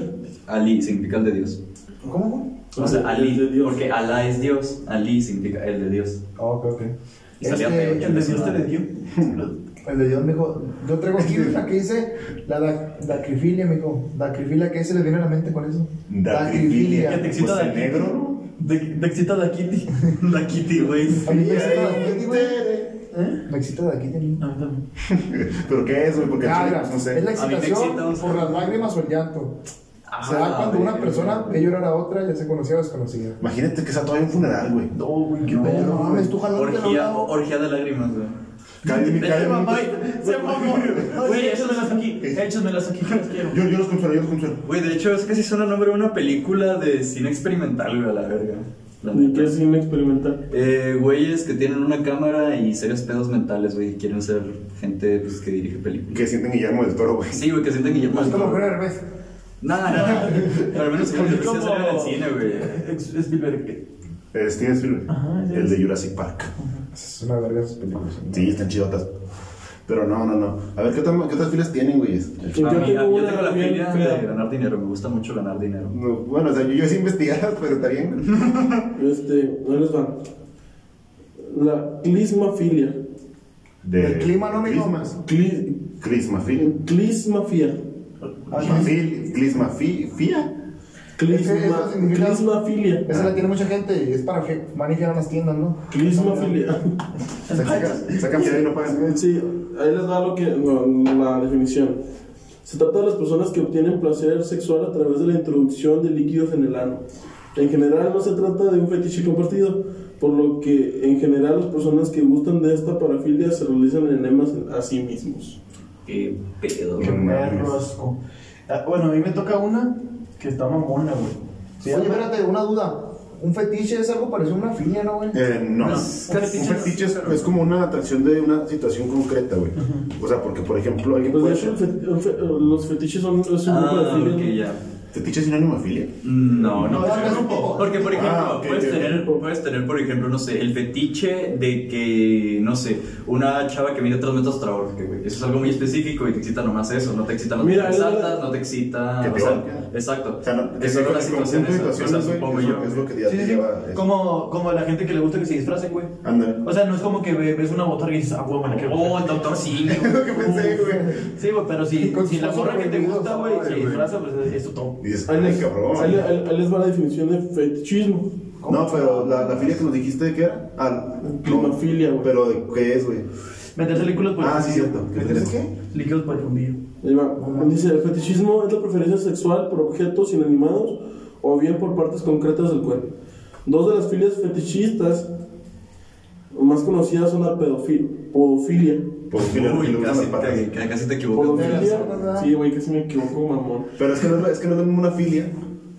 S4: Ali significa el de Dios.
S2: ¿Cómo?
S4: O sea,
S3: El de
S4: Ali,
S3: Dios.
S4: porque Alá es Dios, Ali significa el de Dios.
S2: Ah, ok, ok.
S4: Y salía
S2: Este,
S4: feo.
S5: El de Dios te le dio.
S2: El de Dios me dijo, yo traigo aquí una que dice la da- dacrifilia, me dijo. Dacrifilia, ¿qué se le viene a la mente con eso?
S1: Dacrifilia.
S5: Que te excita
S1: Pues,
S5: da
S1: de negro.
S5: De, de excita da Kitty. Da Kitty, güey.
S2: A mí me excita da Kitty, güey.
S5: ¿Eh?
S2: Me excita de aquí también.
S5: A mí también.
S1: ¿Pero qué es, güey? Porque
S2: Ah,
S1: al chile,
S2: mira,
S1: pues, no sé.
S2: Es la
S4: A mí me
S2: excitación
S4: excita un
S2: por las lágrimas o el llanto. Se da
S4: Ah,
S2: cuando
S4: güey.
S2: una persona ve llorar a otra, ya se conocía o desconocida.
S1: Imagínate que está todavía en un funeral, güey.
S5: No, güey, qué
S4: No,
S5: pedo.
S2: No mames, tú jalándote la
S4: Orgía,
S2: mano.
S4: orgía de lágrimas, güey.
S1: Cada día me cae-
S5: Se mamó, se mamó. Güey, échamelas aquí. Échamelas aquí, que las quiero.
S1: Yo, yo los consuelo, yo los consuelo.
S4: Güey, de hecho es que sí suena nombre de una película de cine experimental, güey, a la verga. La
S3: ¿De
S4: neta.
S3: qué es cine experimental?
S4: Eh, güeyes que tienen una cámara y serios pedos mentales, güey, y quieren ser gente pues, que dirige películas.
S1: Que sienten Guillermo del Toro, güey.
S4: Sí, güey, que sienten que ya
S2: Hasta lo
S4: Nada,
S2: creo, Herbes.
S4: nada. Pero al menos que
S5: Porque
S4: se salió en el
S5: como-
S4: cine, güey.
S5: Ex- Spielberg.
S1: Eh, Steven Spielberg.
S5: Ajá, sí.
S1: El de Jurassic Park.
S2: Es una verga esas películas.
S1: Sí, están chidotas. Pero no, no, no. A ver, ¿qué, otra- qué otras filas tienen, güeyes?
S3: Yo
S4: A mí,
S3: tengo
S4: yo
S3: una
S4: tengo la
S3: bien
S4: filia
S3: fea.
S4: de ganar dinero, me gusta mucho ganar dinero.
S1: No, bueno, o sea, yo, yo sí investigaba, pero está bien.
S3: Este, ahí les va. La clismafilia.
S1: De,
S2: El clima no me
S1: Clismas.
S3: Clis,
S1: Clismafil.
S3: clismafia.
S2: Ah,
S1: Clismafil. Clismafi- fía.
S2: que eso
S3: Clisma,
S2: significa-
S3: clismafilia.
S2: Esa la tiene mucha gente y es para que manejen unas tiendas, ¿no?
S3: Clismafilia.
S1: Saca- Saca mi y no pagan.
S3: Sí, ahí les da lo que, no, la definición. Se trata de las personas que obtienen placer sexual a través de la introducción de líquidos en el ano. En general no se trata de un fetiche compartido, por lo que en general las personas que gustan de esta parafilia se realizan enemas a sí mismos.
S4: Qué pedo,
S5: Qué
S4: güey.
S5: perro asco. Ah, Bueno, a mí me toca una que está mamona, güey. Se
S2: Oye,
S5: llama-
S2: espérate, una duda. Un fetiche es algo parecido a una filia, ¿no, güey?
S1: Eh, no.
S4: No,
S1: Un
S4: fetiche no.
S1: fetiche es, es como una atracción de una situación concreta, güey. O sea, porque, por ejemplo, alguien
S3: Pues de
S1: puede
S3: hecho,
S1: ser.
S3: el fet- el fe- los fetiches son es un grupo de
S4: Ah,
S3: filias.
S4: ok, ya.
S1: Fetiche es sinónimo de filia.
S4: No, no,
S2: No,
S4: es
S3: Ah,
S2: es
S4: un
S2: un
S4: grupo.
S2: grupo.
S4: Porque, por ejemplo,
S1: Ah, ok,
S4: puedes,
S1: ok,
S4: tener, puedes tener, por ejemplo, no sé, el fetiche de que, no sé, una chava que mide 3 metros traorque, güey. Eso es algo muy específico y te excita nomás eso. No te excita las
S3: Mira,
S4: mujeres
S3: la-
S4: altas, no te excita.
S1: Que
S4: o
S1: te
S4: sea,
S1: ahorquen.
S4: exacto.
S1: O sea, no, que
S4: Esas son
S1: el
S4: las
S1: conjunto
S4: situaciones.
S1: de
S4: O sea,
S1: situaciones,
S4: supongo
S1: güey, es lo-
S4: yo.
S1: Es lo que ya
S5: Sí,
S1: te
S5: sí, sí.
S1: lleva. es-
S5: Como, como la gente que le gusta que se disfrace, güey.
S1: Ándale.
S5: O sea, no es como que ve- ves una botarga y dices, ah, güey, me la quiero
S4: Oh, el doctor sí.
S1: Es lo que pensé, güey.
S5: Sí, güey, pero si,
S2: Con
S5: si
S2: sus
S5: la morra que te
S2: prohibidos,
S5: gusta, güey,
S2: ay,
S5: se
S2: güey.
S5: disfraza, pues es, es tu top.
S1: Dices,
S3: Ahí
S1: ay,
S3: les-
S1: cabrón.
S3: ahí- ahí- ahí les va la definición de fetichismo.
S1: No, pero la, la filia que nos dijiste de qué era. Ah,
S3: Climafilia, güey. Pues,
S1: Pero ¿de ¿qué es, güey?
S5: Meterse líquidos por el
S1: Ah, sí,
S5: fundillo.
S1: cierto.
S2: ¿Meterse qué?
S5: Líquidos por el fundillo.
S3: Ahí va. Dice, el fetichismo es la preferencia sexual por objetos inanimados o bien por partes concretas del cuerpo. Dos de las filias fetichistas más conocidas son la pedofilia. Podofilia.
S1: Por Pues, filia, que le
S4: Uy,
S1: gustan
S4: casi
S1: las patas.
S4: te, casi te equivocas.
S3: Podofilia.
S2: ¿verdad?
S3: Sí, güey, casi me equivoco, mamón.
S1: Pero es que no es, lo- es que no es lo mismo una filia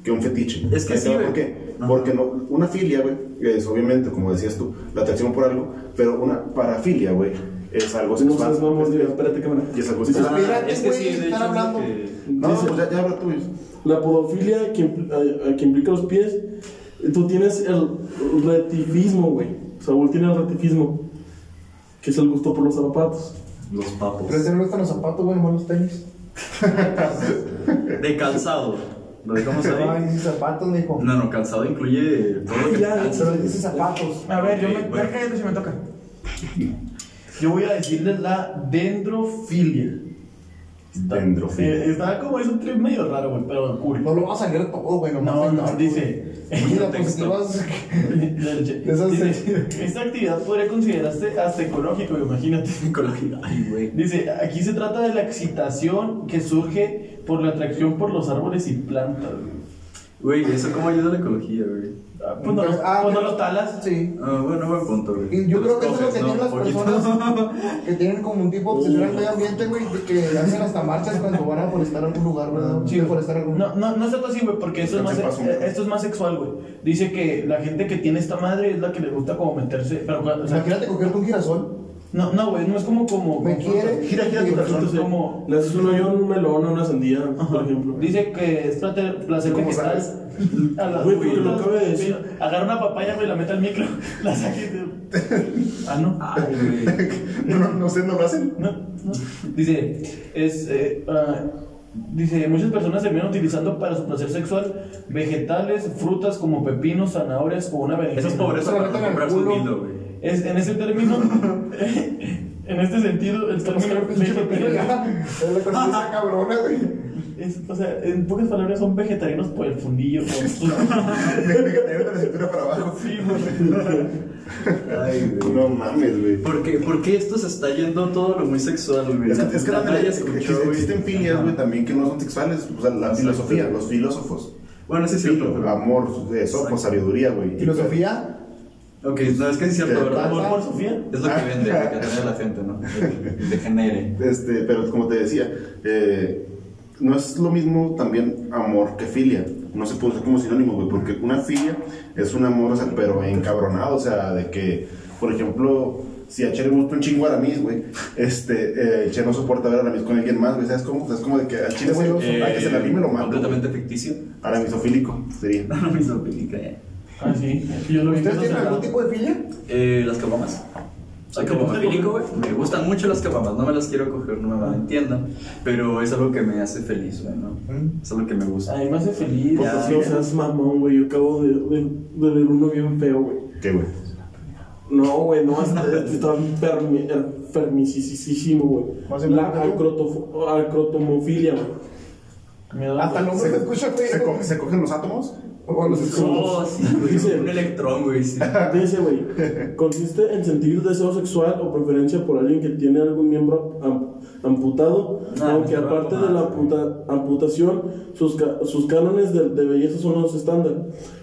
S1: que un fetiche.
S4: Es que
S1: Ahí
S4: sí,
S1: te va,
S4: güey.
S1: ¿Por qué? Porque no, una filia, güey, es obviamente, como decías tú, la atracción por algo, pero una parafilia, güey, es algo
S3: No seas
S1: sexual.
S3: mamón, mira, espérate, cámara.
S1: y es algo
S3: Dices,
S1: sexual.
S2: Espérate,
S4: Ah, es que
S2: güey,
S4: sí, de
S2: están
S4: hecho, es lo
S2: hablando.
S4: que-
S1: No,
S3: dice-
S1: pues ya, ya habla tú, güey.
S3: La podofilia que, impl- a- a que implica los pies, tú tienes el retifismo, güey. Saúl tiene el retifismo, que es el gusto por los zapatos.
S4: Los papos.
S2: Pero a este no le gustan los zapatos, güey, nomás los tenis.
S4: De calzado. ¿Lo dejamos
S2: Ay,
S4: ahí?
S2: Ah, dice zapatos, me dijo.
S4: No, no, calzado incluye todo lo que te
S3: Ya,
S4: calza.
S2: Pero dice zapatos.
S5: A ver, yo
S4: Ok,
S5: me.
S4: bueno.
S5: ya cállate si me toca. Yo voy a decirles la dendrofilia.
S1: Dendrofilia.
S5: Eh, estaba como, es un trip medio raro, güey, pero cool.
S2: No lo va a salir todo, güey, nomás.
S5: No,
S2: hay
S5: no,
S2: algo,
S5: dice.
S2: güey. Mira,
S4: Contexto.
S2: positivas. Esas-
S5: Dice, Esta actividad podría considerarse hasta ecológico, güey, imagínate.
S4: Ecología. Ay, güey.
S5: Dice, aquí se trata de la excitación que surge por la atracción por los árboles y plantas. güey.
S4: Güey, ¿eso cómo ayuda a la ecología, güey?
S5: Ah, Pues no,
S2: Pues, ah,
S5: pues no
S2: pero-
S5: los talas.
S2: Sí.
S4: Ah, bueno, buen punto, güey.
S2: Y yo
S4: Te los
S2: creo que eso es lo
S4: coges,
S2: que tienen
S4: ¿no?
S2: las
S4: Poquito.
S2: personas que tienen como un tipo de obsesión al medio ambiente, güey, de que hacen hasta marchas cuando van a forestar algún lugar, ¿verdad? Sí, forestar algún
S5: Ah. No, no, no es algo así, güey, porque esto es, más,
S1: Entonces
S5: sex-
S1: pasa un-
S5: eh, esto es más sexual, güey. Dice que la gente que tiene esta madre es la que le gusta como meterse. Pero, o sea,
S2: Imagínate cogerte un girasol.
S5: no, no, güey, no es como. como
S2: Me
S5: como-
S2: quiere.
S5: Gira, gira tu
S2: Gira,
S5: corazón,
S3: Entonces,
S5: como.
S3: le haces un hoyo a un melón, a una sandía, por
S5: Ajá.
S3: ejemplo.
S5: Dice que es placer, placer
S1: ¿Cómo
S5: que
S1: sabes?
S5: A la-
S3: Güey, porque lo acabo de decir.
S5: Agarra una papaya, güey, la mete al micro, la saque. Ah, no.
S4: Ay, güey.
S1: No, no, no, ustedes no lo hacen.
S5: No, no. Dice, es, eh, ah, dice, muchas personas terminan utilizando para su placer sexual vegetales, frutas como pepinos, zanahorias o una berenjena.
S4: Eso es
S2: Se
S4: pobreza
S2: la
S4: para
S2: meten al
S4: comprar su
S2: culo.
S4: dildo, güey.
S5: Es- en ese término, en este sentido, el
S2: Pues
S5: término vegetariano
S2: Es la cosa esa cabrona, güey.
S5: es, o sea, en pocas palabras son vegetarianos por el fundillo. por-
S1: Fíjate, de la cintura para abajo.
S5: Sí, güey.
S4: Ay, güey.
S1: No mames, güey.
S4: ¿Por qué, por qué esto se está yendo todo lo muy sexual, güey?
S1: Es que, es que la
S4: Natalia
S1: neta,
S4: escuchó,
S1: existen,
S4: güey.
S1: existen filias,
S4: Ajá.
S1: güey, también que no son sexuales. O sea, la filosofía, los filósofos.
S4: Bueno, sí es cierto.
S1: Filo, amor, de sopo, sabiduría, güey.
S2: Filosofía.
S4: Ok, no, es que sí es cierto,
S1: Te
S4: ¿verdad?
S5: Amor por Sofía.
S4: Es lo que vende, lo que atrae a la gente, ¿no? Degenere.
S1: Este, pero como te decía, eh, no es lo mismo también amor que filia. No se puede usar como sinónimo, güey, porque una filia es un amor, o sea, pero encabronado, o sea, de que, por ejemplo, si a Che le gusta un chingo Aramis, güey, este, eh, Che no soporta ver a Aramis con alguien más, güey, ¿sabes cómo? O sea, es como de que al Chile, güey,
S4: Eh,
S1: a que se le arrime lo malo.
S4: Completamente ficticio.
S1: Aramizofílico sería.
S4: No, no, misofílica, eh.
S5: Ah, sí. Yo lo vi
S2: ¿Ustedes
S5: que
S2: tienen
S5: eso
S2: algún
S5: se-
S2: tipo de filia?
S4: Eh, las cabamas. Soy cabamafílico, güey. Me gustan mucho las cabamas. No me las quiero coger, no me malentiendan. Pero es algo que me hace feliz, güey, ¿no?
S1: Mm.
S4: Es algo que me gusta.
S5: Ay, me hace feliz.
S3: Pues,
S4: Ya,
S3: no seas mamón, güey. Yo acabo de, de, de leer uno bien feo, güey.
S1: ¿Qué, güey?
S3: No, güey, no, está, está enfermi- enfermisísimo,
S2: Más
S3: güey. La
S2: enfermo que tú.
S3: acrotofo- acrotomofilia, güey.
S5: Me da-
S2: Hasta el hombre se escucha, güey.
S1: ¿Se, co- se cogen los átomos?
S2: O los escudos.
S4: Oh, sí, güey.
S3: Dice-
S4: Un electrón, güey. Sí.
S3: Dice, güey, consiste en sentir deseo sexual o preferencia por alguien que tiene algún miembro am- amputado,
S4: Nah,
S3: aunque
S4: no te va a
S3: aparte de
S4: tomar,
S3: la
S4: güey.
S3: amputa- amputación, sus, ca- sus cánones de, de belleza son los estándar.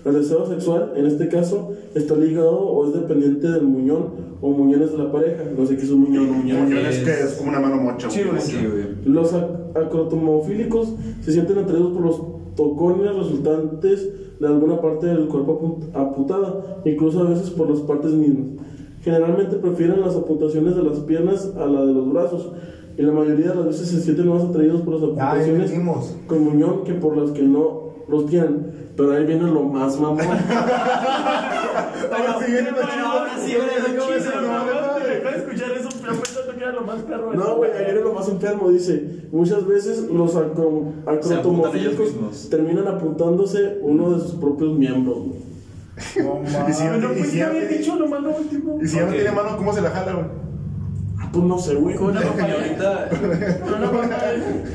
S3: El deseo sexual, en este caso, está ligado o es dependiente del muñón o muñones de la pareja. No sé qué es un muñón o muñón.
S1: Como yo les que es como una mano mocha, güey.
S5: Sí, güey.
S4: Sí, güey.
S3: Los ac- acrotomofílicos se sienten atraídos por los tocones resultantes de alguna parte del cuerpo apun- apuntada, incluso a veces por las partes mismas. Generalmente prefieren las apuntaciones de las piernas a la de los brazos, y la mayoría de las veces se sienten más atraídos por las
S2: Ya, ahí
S3: apuntaciones
S2: metimos.
S3: con muñón que por las que no los tienen. Pero ahí viene lo más mamón.
S5: Ahora sí,
S1: viene lo
S5: bueno, ahora sí,
S4: chido.
S5: güey, es como
S4: Chido,
S5: ese,
S4: no,
S5: no,
S4: no,
S5: no, me dejó de escuchar eso, pero pensando que era lo más perro. de
S3: No,
S5: todo.
S3: güey, ahí viene lo más enfermo, dice. Muchas veces los acro-
S4: Se apuntan ellos
S3: acrotomofílicos
S4: mismos.
S3: terminan apuntándose uno de sus propios miembros. güey.
S2: No
S1: Y si
S2: mames.
S1: ya-
S5: Bueno,
S1: y
S5: pues
S1: si
S5: ya
S1: ya-
S5: había dicho lo malo último.
S1: Y si ya no
S4: Ok.
S1: tiene mano, ¿cómo se la jala, güey?
S3: Pues no sé, güey.
S5: Con una
S4: Creo que
S5: papaya.
S4: ahorita.
S5: Con una papaya.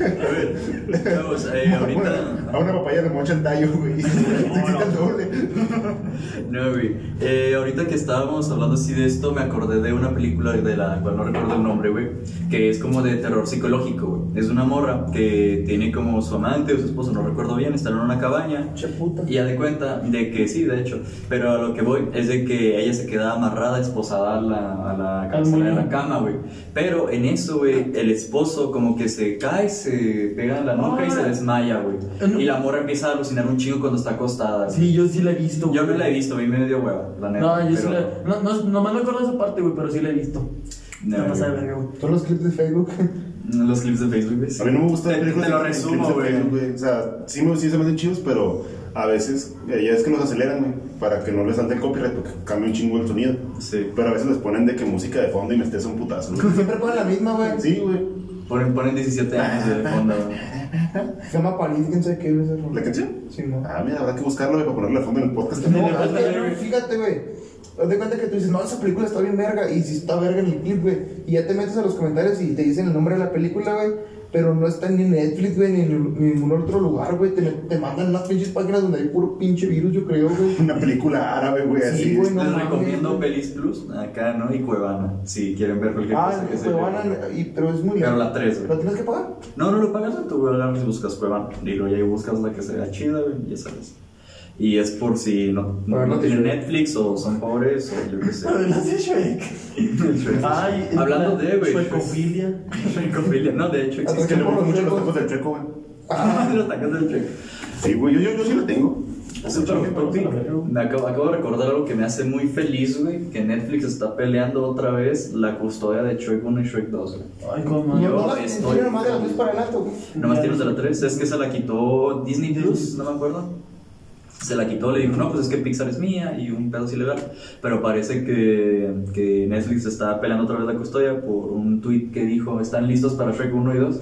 S4: A ver, chavos, eh, ahorita.
S1: A una papaya le mocha el tallo, güey. Se excita el doble.
S4: No, güey. Eh, ahorita que estábamos hablando así de esto, me acordé de una película de la cual no recuerdo el nombre, güey. Que es como de terror psicológico, güey. Es de una morra que tiene como su amante o su esposo, no recuerdo bien, están en una cabaña.
S2: Che puta.
S4: Y ya de cuenta de que sí, de hecho. Pero a lo que voy es de que ella se queda amarrada, esposada a la, a la cabecera de la
S5: muñón.
S4: cama, güey. Pero en eso, güey, el esposo como que se cae, se pega en la nuca y se desmaya, güey.
S2: Ah,
S5: No.
S4: Y la morra empieza a alucinar un chingo cuando está acostada. güey.
S5: Sí, yo sí la he visto.
S4: Yo
S5: güey.
S4: no la he visto, a mí me dio hueva, la neta.
S5: No, yo sí
S4: pero-
S5: la. No, no, nomás me acuerdo de esa parte, güey, pero sí la he visto.
S4: No,
S5: No pasa de
S4: güey.
S5: verga, güey.
S2: Son los clips de Facebook.
S4: Los clips de Facebook, güey. sí.
S1: A mí no me gusta
S4: Te, te lo resumo, güey.
S1: O sea, sí, me, sí se me hacen chidos, pero a veces eh, ya es que los aceleran, güey, para que no les salte el copyright porque cambia un chingo el sonido.
S4: Sí.
S1: Pero a veces les ponen de que música de fondo y me estés un putazo. güey.
S2: Siempre ponen la misma, güey.
S1: Sí, güey.
S4: Ponen, ponen 17 años de fondo, güey.
S2: Se llama París, quién sabe qué es eso.
S1: ¿La canción?
S2: Sí, no.
S1: Ah, mira, habrá que buscarlo güey, para ponerle de fondo en el podcast.
S5: Ni
S2: No,
S5: le falta
S2: es que,
S5: verga.
S2: fíjate, güey. Haz de cuenta que tú dices, no, esa película está bien verga. Y si está verga en el clip, güey. Y ya te metes a los comentarios y te dicen el nombre de la película, güey. Pero no está ni en Netflix, güey, ni en ni en ningún otro lugar, güey. Te, te mandan unas pinches páginas donde hay puro pinche virus, yo creo, güey.
S1: Una película árabe, güey,
S2: Sí,
S1: así.
S2: güey. No
S4: Les
S2: mames,
S4: recomiendo
S2: güey.
S4: Pelis Plus, acá, ¿no? Y Cuevana, si quieren ver cualquier
S2: Ah,
S4: cosa que se
S2: pero van a- y- pero es muy
S4: Pero
S2: larga.
S4: la tres, güey.
S2: ¿La tienes que pagar?
S4: No, no lo pagas en tu y buscas Cuevana. Y luego ya ahí buscas la que se vea chida, güey, ya sabes. Y es por si no, no,
S2: Para
S4: no
S2: no
S4: tienen
S2: te-
S4: Netflix o son pobres o yo qué sé.
S5: Pero las de Shrek.
S4: El Shrek.
S5: Ay,
S4: Hablando de, güey.
S5: Suecofilia.
S4: Shrekofilia. No, de hecho
S1: Es
S4: existe.
S1: que le gustan mucho los tacos del checo, güey.
S4: Ah, los tacos del Shrek.
S1: Sí, güey, yo, yo, yo sí lo tengo.
S4: Hace mucho tiempo, sí. Me acabo, acabo de recordar algo que me hace muy feliz, güey. Que Netflix está peleando otra vez la custodia de Shrek 1 y Shrek 2, güey.
S5: Ay, cómo.
S2: No,
S4: Yo
S2: no, la
S4: estoy-
S2: tiene nomás de las tres para adelante, güey.
S4: Nomás tienes de la 3, es que se la quitó Disney Plus, no me acuerdo. Se la quitó, le dijo, no, pues es que Pixar es mía y un pedazo ilegal. Pero parece que, que Netflix está peleando otra vez la custodia por un tweet que dijo, ¿están listos para Shrek 1 y 2?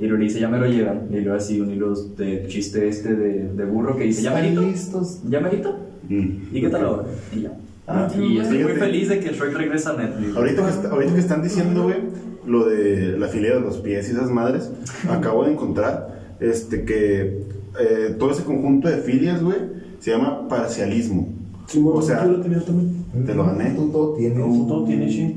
S4: Y lo dice, ya me lo llevan. Y luego así un hilo de chiste este de, de burro que dice, ¿ya
S2: Están
S4: merito?
S2: listos.
S4: ¿Ya merito? ¿Y qué tal ahora? Y ya.
S5: Ah,
S4: y estoy muy
S1: fíjate.
S4: feliz de que Shrek regresa a Netflix.
S1: Ahorita que, está- ahorita que están diciendo, güey, lo de la filia de los pies y esas madres, acabo de encontrar este, que eh, todo ese conjunto de filias, güey, se llama parcialismo. o sea,
S3: yo lo tenía también.
S1: te lo gané.
S2: Tú todo tienes.
S5: Todo tiene shit.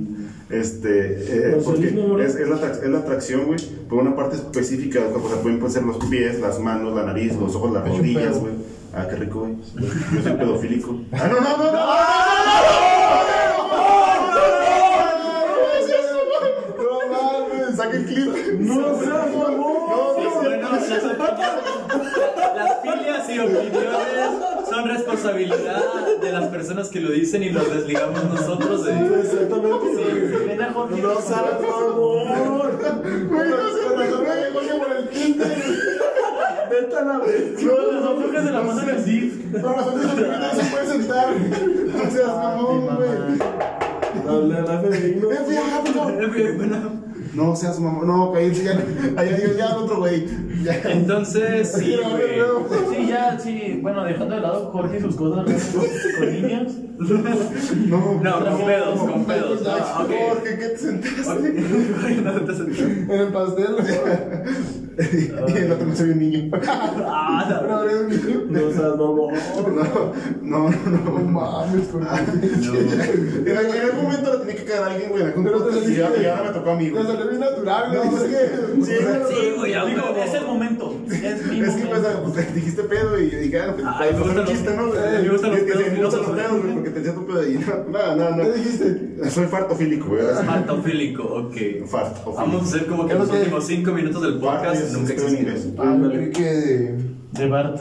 S1: Este, eh,
S3: Parcialismo,
S1: porque
S3: amor.
S1: es, es la, atrac- es la atracción, güey, por una parte específica del cuerpo. O sea, pueden pueden ser los pies, las manos, la nariz, los ojos, las
S2: Es un
S1: rodillas,
S2: pedo.
S1: güey. Ah, qué rico, güey. Yo soy pedofílico. ¡Ah, no, no, no! no.
S2: No mames.
S1: ¡Saca el clip!
S3: No seas mamón.
S4: Las filias y opiniones son responsabilidad de las personas que lo dicen y los desligamos nosotros de
S3: Exactamente.
S5: Elena Jorge.
S3: No seas mamón.
S1: Güey, no sé, güey, güey, porque por el clip, güey.
S3: Vete a la vez.
S5: No, las ojeras de la mano en el zip.
S1: No, las otras no se pueden sentar. No seas mamón, güey.
S3: Dale a la femenino.
S1: Ven, fui a Japón. No seas mamón. No, cállate ya. Ay, adiós, ya el otro güey. Ya.
S4: Entonces, sí,
S1: Quiero
S4: güey.
S1: ver, no.
S5: Sí, ya, sí. Bueno, dejando de lado Jorge y sus cosas ¿no? con niñas.
S1: No,
S4: No,
S1: no,
S4: con pedos,
S1: no.
S4: con pedos. No,
S1: Ay,
S4: ok.
S1: Jorge, ¿qué te sentaste?
S4: Ok, güey, no te sentí.
S2: En el pastel.
S1: Y el otro me soy un niño.
S4: Ah, la
S2: No
S4: verdad.
S2: eres un niño.
S3: No seas mamón.
S1: No, no,
S2: No
S1: no.
S2: mames, con
S1: En algún momento lo tenía que caer a alguien, güey. en algún
S2: Pero te
S1: punto, Y
S2: saliste.
S1: ahora- y ahora me tocó a mí,
S2: Me
S1: güey.
S2: salió bien natural, güey.
S1: No, es que-
S2: Sí, güey.
S4: Sí, güey, a
S5: Digo,
S4: huevo.
S5: es el momento. Es mi
S1: Es que pues,
S5: momento.
S1: pues, dijiste pedo y yo dije, ah, pues,
S4: Ay,
S1: fue
S4: me
S1: un
S4: gustan los-
S1: chiste, ¿no?
S4: eh, me gustan
S1: Y
S4: los
S1: es que
S4: pedos
S1: sí, me gustan los
S4: filosos,
S1: pedos, güey, porque te echaste un pedo y no, no, no.
S2: ¿Qué dijiste?
S1: Soy fartofílico, güey.
S4: Fartofílico, ok.
S1: Fartofílico.
S4: Vamos a hacer como que
S2: Creo
S4: los
S2: que-
S4: últimos 5 minutos del
S1: Farto,
S4: podcast
S1: yo
S4: nunca
S1: escribo en
S4: existieron.
S1: inglés.
S2: Ah, yo creí que de.
S5: De Bart.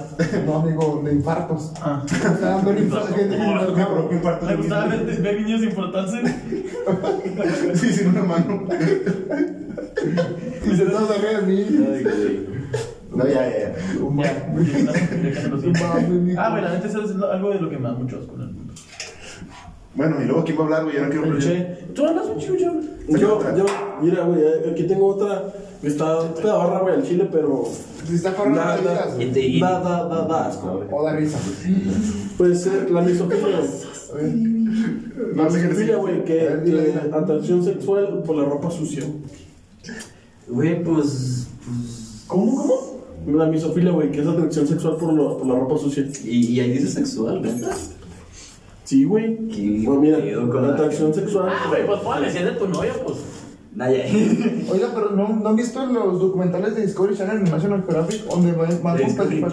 S2: No, amigo, de infartos.
S5: Ah.
S2: Me Está dando un infarto a gente que
S1: Me
S2: infarta.
S1: provoca un infarto
S5: ¿Le
S1: de
S5: gustaba
S1: mí.
S5: ver, ver niños importantes?
S1: Sí, sin una mano.
S2: Y se está saliendo de mí.
S4: Ay, güey.
S1: No, ya, ya, ya.
S2: No mames.
S5: Ya, déjalo así.
S2: Mames, mijo.
S5: Ah, bueno, antes es lo- algo de lo que me da mucho asco en el mundo.
S1: Bueno, y luego, ¿quién va a hablar, güey? Ya no quiero
S5: Che, tú hablas un chico,
S1: Saca
S3: Yo,
S1: otra.
S3: yo, mira, güey, eh, aquí tengo otra. Está pedorra, güey, al chile, pero.
S2: Si está con
S3: Da, da,
S2: risa.
S4: Y-
S3: da, da, da, da asco, güey.
S2: O da risa.
S3: Puede ser la misoginia.
S1: No
S2: A ver.
S1: sé qué decir.
S3: Misoginia, güey,
S2: A
S4: Eh,
S3: que,
S2: ver, dila,
S3: que
S2: dila.
S3: atracción sexual por la ropa sucia.
S4: Güey, pues. pues
S3: ¿Cómo, cómo? La misofilia, güey, que es atracción sexual por, lo- por la ropa sucia.
S4: y, y ahí dice sexual, ¿verdad?
S3: Sí, güey.
S4: Qué
S3: Pues mira,
S4: pedo con
S3: la
S4: la
S3: atracción sexual.
S4: Ah,
S5: Ah, güey, pues ponle, si es de tu novia, pues.
S4: Naya.
S2: Oiga, pero ¿no, ¿no han visto los documentales de Discovery Channel en National Geographic? Donde van, van con
S4: Discovery
S2: personas-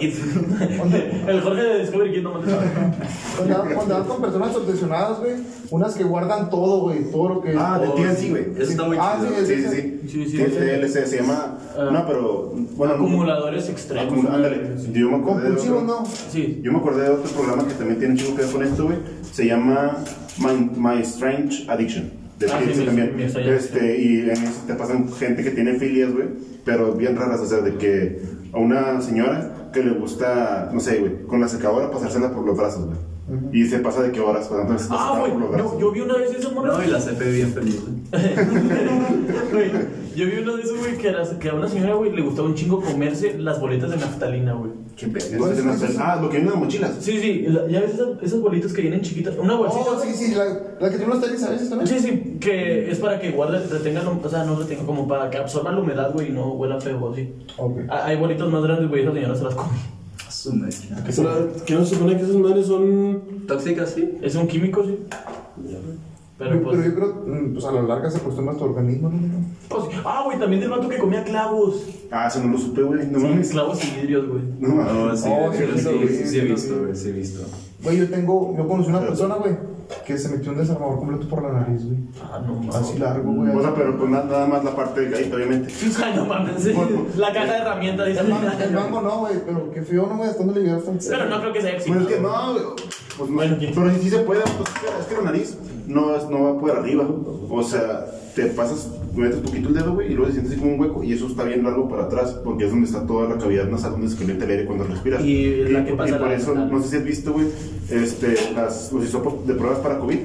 S4: Kids.
S2: donde-
S5: El Jorge de Discovery Kid no me
S2: Cuando van- cuando van con personas obsesionadas, güey. Unas que guardan todo, güey. Todo lo que.
S1: Ah, de
S4: Oh,
S1: TNT,
S4: sí.
S1: güey.
S4: Eso está muy
S2: Ah, sí,
S4: chido.
S1: Sí,
S2: sí,
S1: sí, sí.
S5: Sí, sí,
S1: Tiene
S5: sí.
S1: TLC, se llama.
S5: Ah.
S1: no, pero. Bueno, no-
S5: Acumuladores extremos.
S1: Acumula- ándale. Yo me acordé. de
S2: Compulsivo,
S1: otro-
S2: ¿no?
S5: Sí.
S1: Yo me acordé de otro programa que también tiene chico que ver con esto, güey. Se llama My, My Strange Addiction. De
S5: Ah,
S1: TLC
S5: sí, mi-
S1: también.
S5: mi extraña
S1: este, y en eso te pasan gente que tiene filias, güey. Pero bien raras, o sea, de que a una señora que le gusta, no sé, güey, con la secadora pasársela por los brazos, güey. Y se pasa de qué horas pasando
S5: Ah, güey. Yo, yo vi una vez esa morra.
S4: No, y la CP bien feliz.
S5: Güey, yo vi uno de esos, güey, que, a las- que a una señora, güey, le gustaba un chingo comerse las boletas de naftalina, güey.
S4: Qué pedo.
S1: Ah, lo que viene en las mochilas.
S5: Sí, sí, la- ya ves esas, esas bolitas que vienen chiquitas. Una bolsita.
S2: Oh, sí, sí. La, la que tiene los tenis a veces también.
S5: Sí, sí, que es para que guarde, retenga, lo- o sea, no retenga, como para que absorba la humedad, güey, y no huela feo, así.
S2: Ok.
S5: Ah, Hay bolitas más grandes, güey, esas señoras se las comen.
S4: Su máquina.
S3: O sea, Que no se supone que esas madres son.
S4: Tóxica, sí.
S5: Es un químico, sí. Pero
S2: Pero,
S5: pues.
S2: yo creo, mm, pues a la larga se acostumbra a tu organismo, ¿no?
S5: pues, ah, güey, también del vato que comía clavos.
S1: Ah, eso no lo supe, güey. No
S5: Sí, Ah,
S1: mames.
S5: clavos y vidrios, güey.
S1: No mames.
S4: No, sí,
S2: Oh,
S4: sí,
S2: sí, sí,
S4: sí,
S2: sí,
S4: sí, sí,
S2: sí,
S4: he
S2: sí.
S4: visto, güey, sí he visto.
S2: Güey, yo tengo, yo conocí una persona, güey, que se metió un desarmador completo por la nariz, güey.
S5: Ah, no
S2: Así
S5: mames.
S2: largo, güey.
S1: O sea, pero pues nada, nada más la parte del gallito, obviamente.
S5: Ay, no mames. sí. La caja de herramientas dice.
S2: El mango, el mango no, güey, pero qué feo, no, güey, hasta dónde le llegaste.
S5: Pero no creo que sea
S1: Pues es que
S5: exitoso.
S1: no, güey, pues no.
S5: Bueno, ¿quién?
S1: pero si sí se puede, pues, es que la nariz no, es- no va por arriba. O sea, te pasas, metes poquito el dedo, güey, y luego te sientes así como un hueco, y eso está bien largo para atrás, porque es donde está toda la cavidad nasal, donde se calienta el aire cuando respiras.
S5: Y es la que
S1: por-
S5: pasa
S1: por
S5: la-
S1: eso,
S5: la-
S1: no sé si has visto, güey, este, las, los hisopos de pruebas para COVID.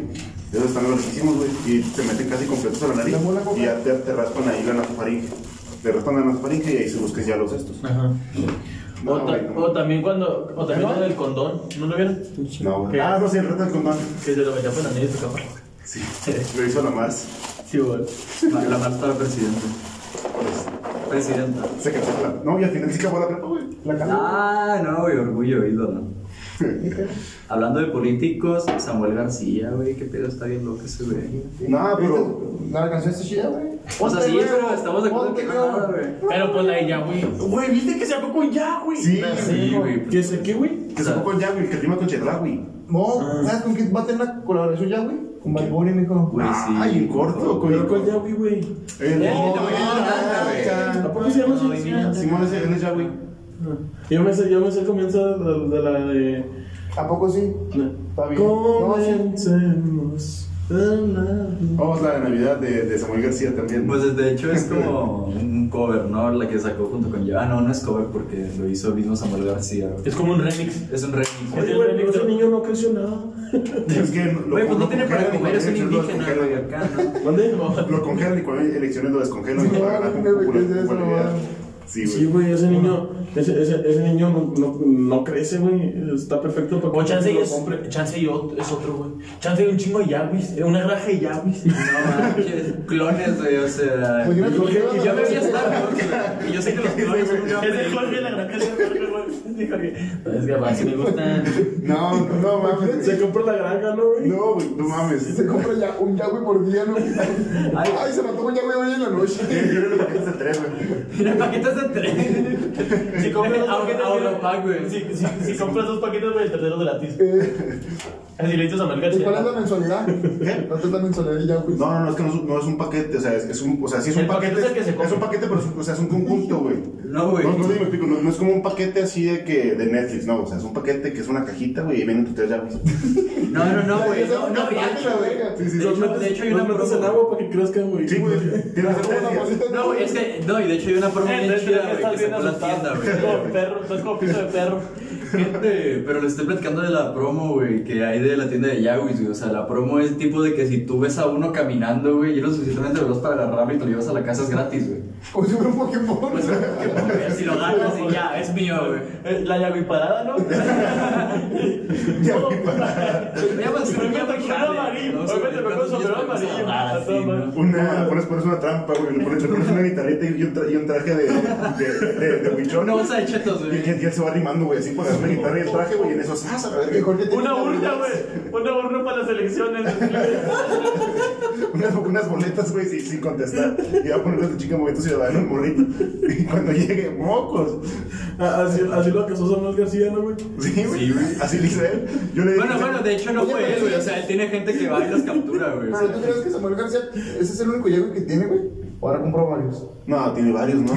S1: Esos están larguísimos, güey, y te meten casi completos a la nariz,
S2: La bola, boca.
S1: y ya te, te raspan ahí la nasofaringe. Te raspan la nasofaringe y ahí se buscan ya los estos.
S5: Ajá.
S1: No,
S5: O, ta-
S1: güey, no.
S5: o también cuando. O también
S2: ¿No?
S5: lo del condón. ¿No lo vieron?
S1: No, güey.
S5: ¿Qué?
S1: Ah, no, sí, el reto del condón.
S5: Que se lo metía por la nariz de tu cámara.
S1: Sí, lo hizo la más.
S5: Sí, güey.
S4: La, la más para presidente.
S1: este,
S4: Presidenta.
S1: Se cancela. No, y al final sí acabó la prepa, güey.
S2: La cara.
S4: Ah, no, güey, orgullo, ídolo. Hablando de políticos, Samuel García, güey, qué pedo, está bien loco ese güey.
S1: No, pero.
S2: La canción está chida, güey.
S4: O sea,
S2: Ponte,
S4: sí,
S2: güey,
S4: pero estamos de acuerdo
S2: ponte,
S4: que no
S2: güey.
S4: nada, güey.
S5: Pero pues la de ya, güey. Güey, viste que sacó con ya, güey.
S1: Sí,
S4: Sí, güey. pues,
S3: ¿Qué es aquí, güey?
S1: que se fue con Yagüi, que rima con Chedragui. Ah.
S2: No, ¿sabes con quién va a tener una colaboración ya, güey? Con Bad Bunny, mijo.
S4: Güey, sí.
S1: Ay, Ah, en corto, con
S3: Pero cuál ya, güey, güey.
S1: El
S5: Eh,
S1: no,
S5: te voy a
S2: dar, güey.
S3: ¿A
S1: acá.
S3: poco se llama así?
S4: Ay, Ah, mira.
S1: Simón es el Yagüi.
S3: Yo me sé, yo me sé el comienzo de, la- de la de.
S2: ¿A poco sí? Está bien. No, sí.
S3: Comencemos.
S1: Vamos la de Navidad de, de Samuel García también.
S4: Pues de hecho es como un cover, ¿no? La que sacó junto con yo. Ah, no, no es cover porque lo hizo el mismo Samuel García, güey.
S5: Es como un remix.
S4: Este Es un remix.
S3: Oye,
S4: güey.
S3: güey, pero ese niño no creció nada.
S1: es que lo,
S4: Güey, pues no tiene para
S1: congelan y
S4: comer, es un
S1: cuando hay
S4: indígena,
S1: elecciones
S4: güey,
S1: lo
S4: acá, ¿no?
S3: ¿Dónde?
S1: descongelan. Lo congelan y cuando hay elecciones lo descongelan.
S2: Sí,
S1: para
S2: no,
S1: ganar
S2: no, no,
S1: popular-
S2: no, no, no,
S1: popularidad.
S2: no.
S1: Sí,
S3: Sí,
S1: güey.
S3: güey, ese niño, ese, ese, ese niño no, no, no crece, güey. Está perfecto para
S5: O chance y
S3: lo
S5: es,
S3: compre.
S5: chance y otro, es otro, güey. Chance y un chingo de Yawis. Una granja de Yawis.
S4: No manches, clones, güey, o sea.
S2: Pues mira,
S4: y-
S2: Jorge,
S4: y yo me voy a estar, güey, Y yo sé que los clones son una
S5: Es de Jorge, la granja de Jorge, güey. De Jorge. Es que a me gustan.
S1: No, no, no mames.
S3: Se
S1: güey.
S3: compra la granja, ¿no, güey?
S1: No, güey, no mames.
S2: Se compra ya un ya, güey, por día, ¿no? Ay, se mató un ya, güey, hoy en la noche.
S1: Yo creo que lo que es el tres, güey.
S4: Mira, paquetes de tres.
S5: Si compras dos
S4: Aunque-
S5: paquetes,
S4: ahora, pack, güey.
S5: Si, si, si compras dos paquetes, güey, el tercero gratis.
S2: Eh,
S5: Así le dices a Eh, Samuel
S2: ¿Y cuál es la
S5: García.
S2: mensualidad? ¿No te da mensualidad ya, güey?
S1: No, no, no, es que no es, un- no es un paquete, o sea, es, es un, o sea, sí es un
S5: El paquete
S1: paquete.
S5: es el que se come.
S1: un paquete, pero es, o sea, es un conjunto, güey.
S4: No, güey.
S1: No, no, sé si me explico, no, no es como un paquete así de que de Netflix, no, o sea, es un paquete que es una cajita, güey, y vienen tus tres llaves.
S4: No, no, no, güey. No, no,
S2: ya,
S4: ya,
S2: la verga.
S1: Sí, sí,
S4: De
S1: son-
S4: hecho, de hecho hay
S3: Los
S4: una
S3: metes en
S4: promo.
S3: agua para que crezcan, güey.
S1: Sí, güey, tienes que hacer
S2: Una
S1: tres días.
S2: bolsita de-
S4: No, güey, es que, no, y Eh, de hecho hay una promo bien
S5: Estás
S4: chida, güey, que
S5: bien
S4: sacó la tienda,
S5: asustado.
S4: güey.
S5: Estás como perro, estás como piso de perro.
S4: Gente, pero le estoy platicando de la promo, güey, que hay de la tienda de Yawis, güey. O sea, la promo es tipo de que si tú ves a uno caminando, güey, y lo suficientemente veloz para agarrarlo y te lo llevas a la casa es gratis, güey.
S2: Como si fuera un Pokémon.
S4: Pues, si lo ganas, y ya, es mío, güey.
S5: Eh, La yaguiparada, ¿no?
S4: Ya, pues,
S5: Hoy me
S4: ya,
S5: tocó
S4: jale,
S5: un amarillo,
S4: ¿no?
S5: hoy me tocó con sombrero
S4: Unas cosas
S5: amarillo,
S4: raras,
S5: a toda
S4: Ah, sí,
S5: madre.
S4: ¿no?
S1: Una, pones, pones una trampa, güey. Le pones, le pones una guitarrita y un, tra- y un traje de, de, de, de huichón.
S4: Una bolsa de chetos,
S1: Y
S4: güey.
S1: que- que él se va arrimando, güey, así por la guitarra y el traje, güey, y en eso ¡zas! a la verga.
S2: Mejor que te-
S5: Una urna, güey. Una urna para las elecciones.
S1: Unas, unas boletas, güey, sin, sin contestar. Y va a poner a tu chica en movimiento ciudadano en morrito. Y cuando llegue, mocos.
S3: A- Así, así lo acasó Samuel García, ¿no, güey?
S1: Sí, güey.
S4: Sí, güey.
S1: Así le hice él. Yo le dije.
S4: Bueno, bueno, de hecho no
S2: Oye,
S4: fue
S2: pero
S4: él, güey.
S2: sí.
S4: O sea, él tiene gente que va y las captura, güey. o
S2: Pero tú
S4: sea.
S2: crees que Samuel García, ese es el único Yago que tiene, güey. Ahora compro varios.
S1: No, tiene varios, ¿no?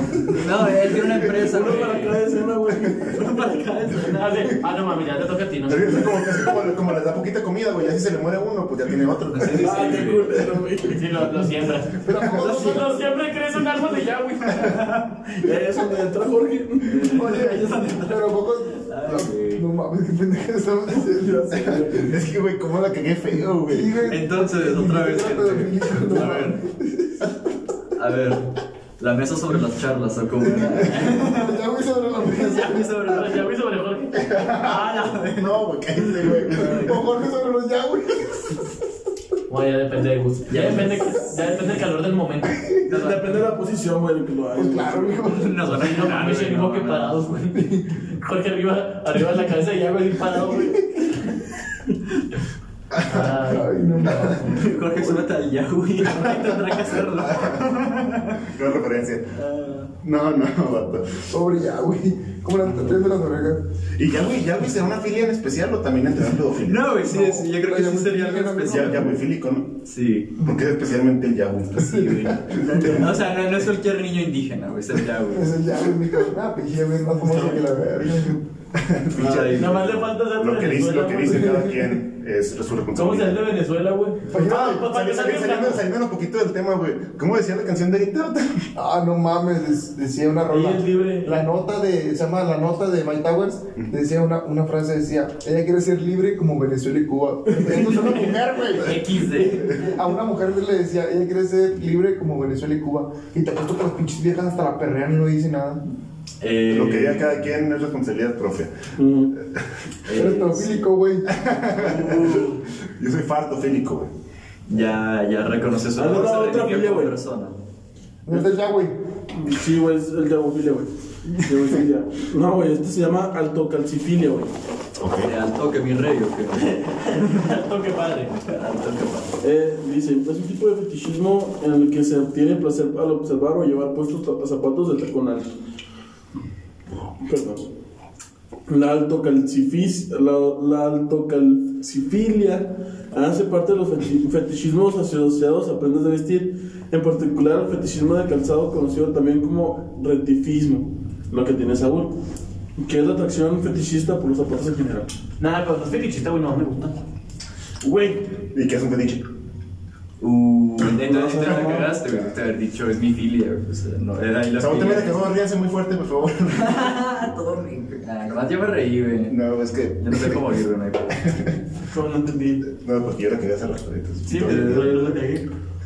S4: No, él tiene una empresa,
S3: Uno
S4: güey.
S3: para cada escena, güey.
S4: Uno para cada escena.
S5: Ah, sí. Ah, no mames, ya te toca a ti, ¿no?
S1: Pero es como, es como, como les da poquita comida, güey. Ya si se le muere uno, pues ya tiene otro.
S4: Sí, sí,
S3: Ah,
S4: sí,
S3: qué
S4: güey.
S3: culero, güey.
S5: Sí, lo, lo siembras.
S2: Pero ¿cómo
S5: Lo
S2: no
S5: siembras, siempre crees un árbol de Yahweh.
S3: Es donde entra Jorge.
S2: Oye, pero pocos.
S4: Ay, güey.
S2: No mames, qué pendejas estamos
S3: Ya
S2: haciendo.
S3: sé, güey.
S1: Es que, güey, cómo la cagué feo,
S2: Sí,
S1: güey.
S2: güey.
S4: Entonces, otra vez, gente.
S2: No,
S4: A ver. A ver. La mesa sobre las charlas, o como.
S2: Ya voy sobre la mesa.
S4: Ya, güey, sobre
S5: Los
S4: la-
S5: Yahweh sobre Jorge.
S4: Ah, la verga.
S1: No, güey, cállate, güey.
S2: O Jorge sobre los Yahweh.
S5: Bueno, ya depende de gusto. Ya depende, ya depende del calor del momento.
S3: Depende de la posición, güey, que lo hagas.
S2: Pues claro, hijo.
S4: Nos van a
S5: No
S4: ignorar,
S5: mames,
S4: güey,
S5: el
S4: no,
S5: mismo que
S4: no.
S5: parados, güey. Jorge arriba, arriba de la cabeza de Yahweh, disparado, güey. Ay.
S2: Ay, no mames.
S4: Jorge, súbete al Yahoo y tendrá que hacerlo.
S1: No referencia. No, no, vato.
S2: Sobre Yahweh. Como las tres de las orejas.
S1: ¿Y ya, güey, ya, güey, será una filia en especial o también entre pedofilia?
S4: No, güey, sí, sí, yo creo que sí sería algo
S1: Ya, ya,
S4: especial.
S1: güey, fílico, ¿no?
S4: Sí.
S1: Porque es especialmente el Yahoo.
S2: Pues,
S4: Sí, güey. O sea, no, no es cualquier niño indígena, güey, es el Yahoo.
S2: Es el Yahweh, mi cabrón. Ah, pinche, güey, es más famoso que la verga.
S4: Ay,
S5: Nada más le falta ser
S1: Lo que dice,
S5: Venezuela,
S1: lo que
S5: ¿no?
S1: dice cada quien es su
S5: ¿Cómo se
S1: responsabilidad.
S5: hace de Venezuela, güey?
S1: Ah,
S5: Ah, para
S1: sali-
S5: que
S1: sali-
S5: salga
S1: saliendo,
S5: blanco.
S1: saliendo un poquito del tema, güey. ¿Cómo decía la canción de ahorita?
S2: Ah, no mames, des- decía una rola.
S5: Ella es libre.
S2: La nota de, se llama La Nota de Mike Towers, decía una, una frase, decía, ella quiere ser libre como Venezuela y Cuba. Esto es una mujer, güey.
S4: XD.
S2: A una mujer le decía, ella quiere ser libre como Venezuela y Cuba. Y te apuesto que las pinches viejas hasta la perrean y no dice nada.
S4: Eh,
S1: Lo que diga cada quien es responsabilidad propia.
S2: Eres
S4: eh,
S2: pedofílico, güey.
S1: Yo soy fartofílico, güey.
S4: Ya, ya reconoce su
S3: Ah, no, no,
S4: se
S3: otra
S4: identifica
S3: filia,
S4: como
S3: güey.
S4: persona.
S2: No es de ya, güey.
S3: Sí, güey, es el de abofilia, güey. De abofilia. No, güey, este se llama altocalcifilia, güey.
S4: Eh, Al toque, mi rey, o qué.
S5: Toque padre.
S4: Al toque, pa.
S3: Eh, dice, es un tipo de fetichismo en el que se obtiene placer al observar o llevar puestos tap- zapatos de tacón alto. Perdón. La, altocalcifis, la, la altocalcifilia hace parte de los feti- fetichismos asociados a prendas de vestir, en particular el fetichismo de calzado conocido también como retifismo, lo que tiene sabor, que es la atracción fetichista por los zapatos en general.
S5: Nada, pero los fetichista, güey, no me gusta.
S3: Güey,
S1: ¿Y qué es un fetiche?
S4: Uh, entonces te la cagaste, güey. Te haber dicho, es mi filia, güey. O sea, no, era ahí la
S1: O sea, usted me la
S4: filia.
S1: cagó, ríanse muy fuerte, por favor.
S4: Ah, todo rico. Ah, nomás yo me reí, güey.
S1: No, es que.
S4: Yo no sé cómo ir, güey. no hay pedo.
S3: no, no entendí.
S1: No, porque yo la cagué hace rato. ahorita.
S5: Sí, pero yo lo cagué.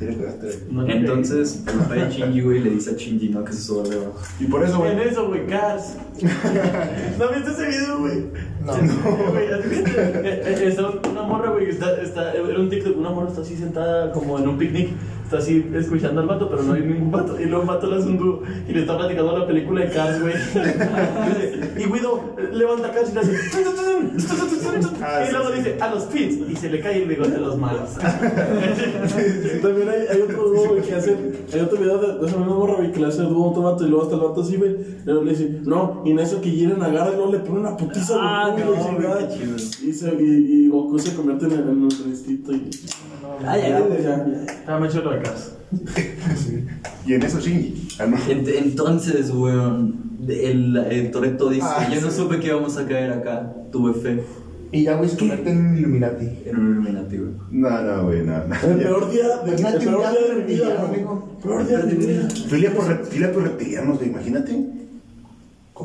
S1: Sí, este- la cagaste.
S5: No, no
S4: Entonces, el papá de Shinji, güey, le dice a Shinji, ¿no? Que se suba debajo.
S1: Y por eso,
S5: cagué. En
S1: güey.
S5: eso, güey, Cars. ¿No viste ese video, güey?
S2: No.
S5: Güey, así que, eh, eh, Está una morra, güey, que está, está, era un TikTok, una morra está así sentada como en un picnic, está así escuchando al vato, pero no hay ningún vato, y luego un vato le hace un dúo, y le está platicando la película de Cars, güey. Y dice, y Guido eh, levanta Cars y le hace,
S1: Ah,
S5: y luego dice, a los pits, y se le cae el bigote a los malos.
S3: También hay, hay otro dúo, güey, que hace. Hay otro video de, de esa misma morra, güey, que le hace dúo a otro vato y luego hasta el vato así, güey. y luego le dice, no, y en eso que Jiren agarra y luego le pone una putiza
S4: Ah,
S3: Goku,
S4: no,
S3: güey,
S4: güey,
S3: chingada.
S4: qué chido.
S3: Y, se- y, y Goku se convierte en el en nuestro instinto y.
S4: Ay, ay,
S3: ya,
S4: ay.
S3: ya,
S5: Ah, me echo lo de Cars.
S1: Y en eso, Shinji. Ah, no.
S4: Ent- Entonces, weón, el, el Toretto dice,
S2: Ah,
S4: yo no
S2: sí.
S4: supe que íbamos a caer acá, tuve fe
S2: Y ya, güey, se convierte en un Illuminati.
S4: en un Illuminati, güey.
S1: No, no, güey, no. no.
S3: El
S1: Ya.
S3: peor día de, el
S2: Imagínate un gato
S3: peor día de mi vida,
S2: reptiliano,
S3: güey.
S2: amigo.
S3: Peor día de mi vida.
S1: Filia por, rep- filia por reptilianos, güey, imagínate.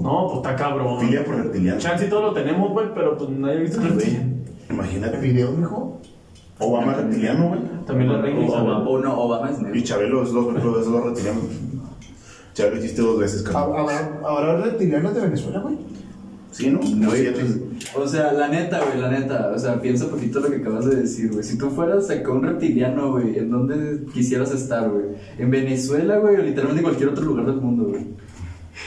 S5: No, pues está cabrón.
S1: Filia por reptilianos.
S5: Chance y todo lo tenemos, güey, pero pues nadie ha visto el video.
S2: ¿El
S1: Imagínate.
S2: video, mijo?
S1: Obama reptiliano, güey.
S5: También la reina
S4: O
S5: Isabel.
S4: Obama, o no, Obama es negro.
S1: Y Chabelo, los dos, los dos reptilianos. Ya lo hiciste dos veces, cabrón.
S2: ¿Habrá, ¿Habrá reptilianos de Venezuela, güey?
S1: Sí, ¿no?
S4: No,
S1: No,
S4: güey,
S1: siete.
S4: pues, o sea, la neta, güey, la neta. O sea, piensa un poquito lo que acabas de decir, güey. Si tú fueras acá un reptiliano, güey, ¿en dónde quisieras estar, güey? ¿En Venezuela, güey? O literalmente en cualquier otro lugar del mundo, güey.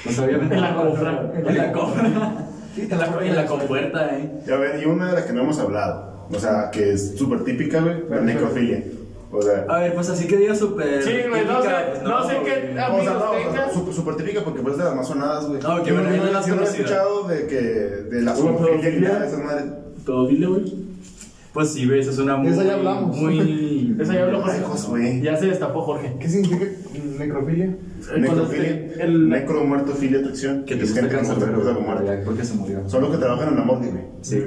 S4: O sea, obviamente.
S5: En la cofra.
S4: En la cofra.
S2: Sí,
S4: En la cofra y en la compuerta, eh.
S1: Y A ver, y una de las que no hemos hablado, o sea, que es súper típica, güey, la
S2: Bueno,
S1: necrofilia. O sea,
S4: A ver, pues así que diga súper.
S5: Sí, güey, no
S4: típica,
S5: sé-
S4: pues,
S5: no sé qué-
S4: güey.
S5: ah,
S1: o sea, no, o sea,
S5: Aztecas.
S1: súper- súper típica porque pues de las más sonadas, güey.
S4: Ah, ok,
S1: Yo
S4: bueno,
S1: no-
S4: es la
S1: yo
S4: más
S1: no he
S4: conocida.
S1: escuchado de que de la
S3: Una
S1: zoofilia ni nada
S3: pedofilia.
S1: de esas madres.
S3: Pedofilia, güey.
S4: Pues sí, güey, esa es una muy.
S2: Esa ya hablamos.
S4: Muy.
S5: Esa ya habló
S1: Ay, Josué.
S5: Jorge.
S4: eh,
S5: Ya se destapó Jorge.
S2: ¿Qué significa necrofilia?
S5: Cuando
S1: Necrofilia,
S5: se- el-
S1: necro, muerto, filia, atracción.
S4: este, Que te
S1: es
S4: gusta
S1: que
S4: cáncer,
S1: gusta
S4: güey,
S1: lo muerto.
S4: ya, Porque se murió.
S1: Son los que trabajan en la morgue, güey.
S4: Sí.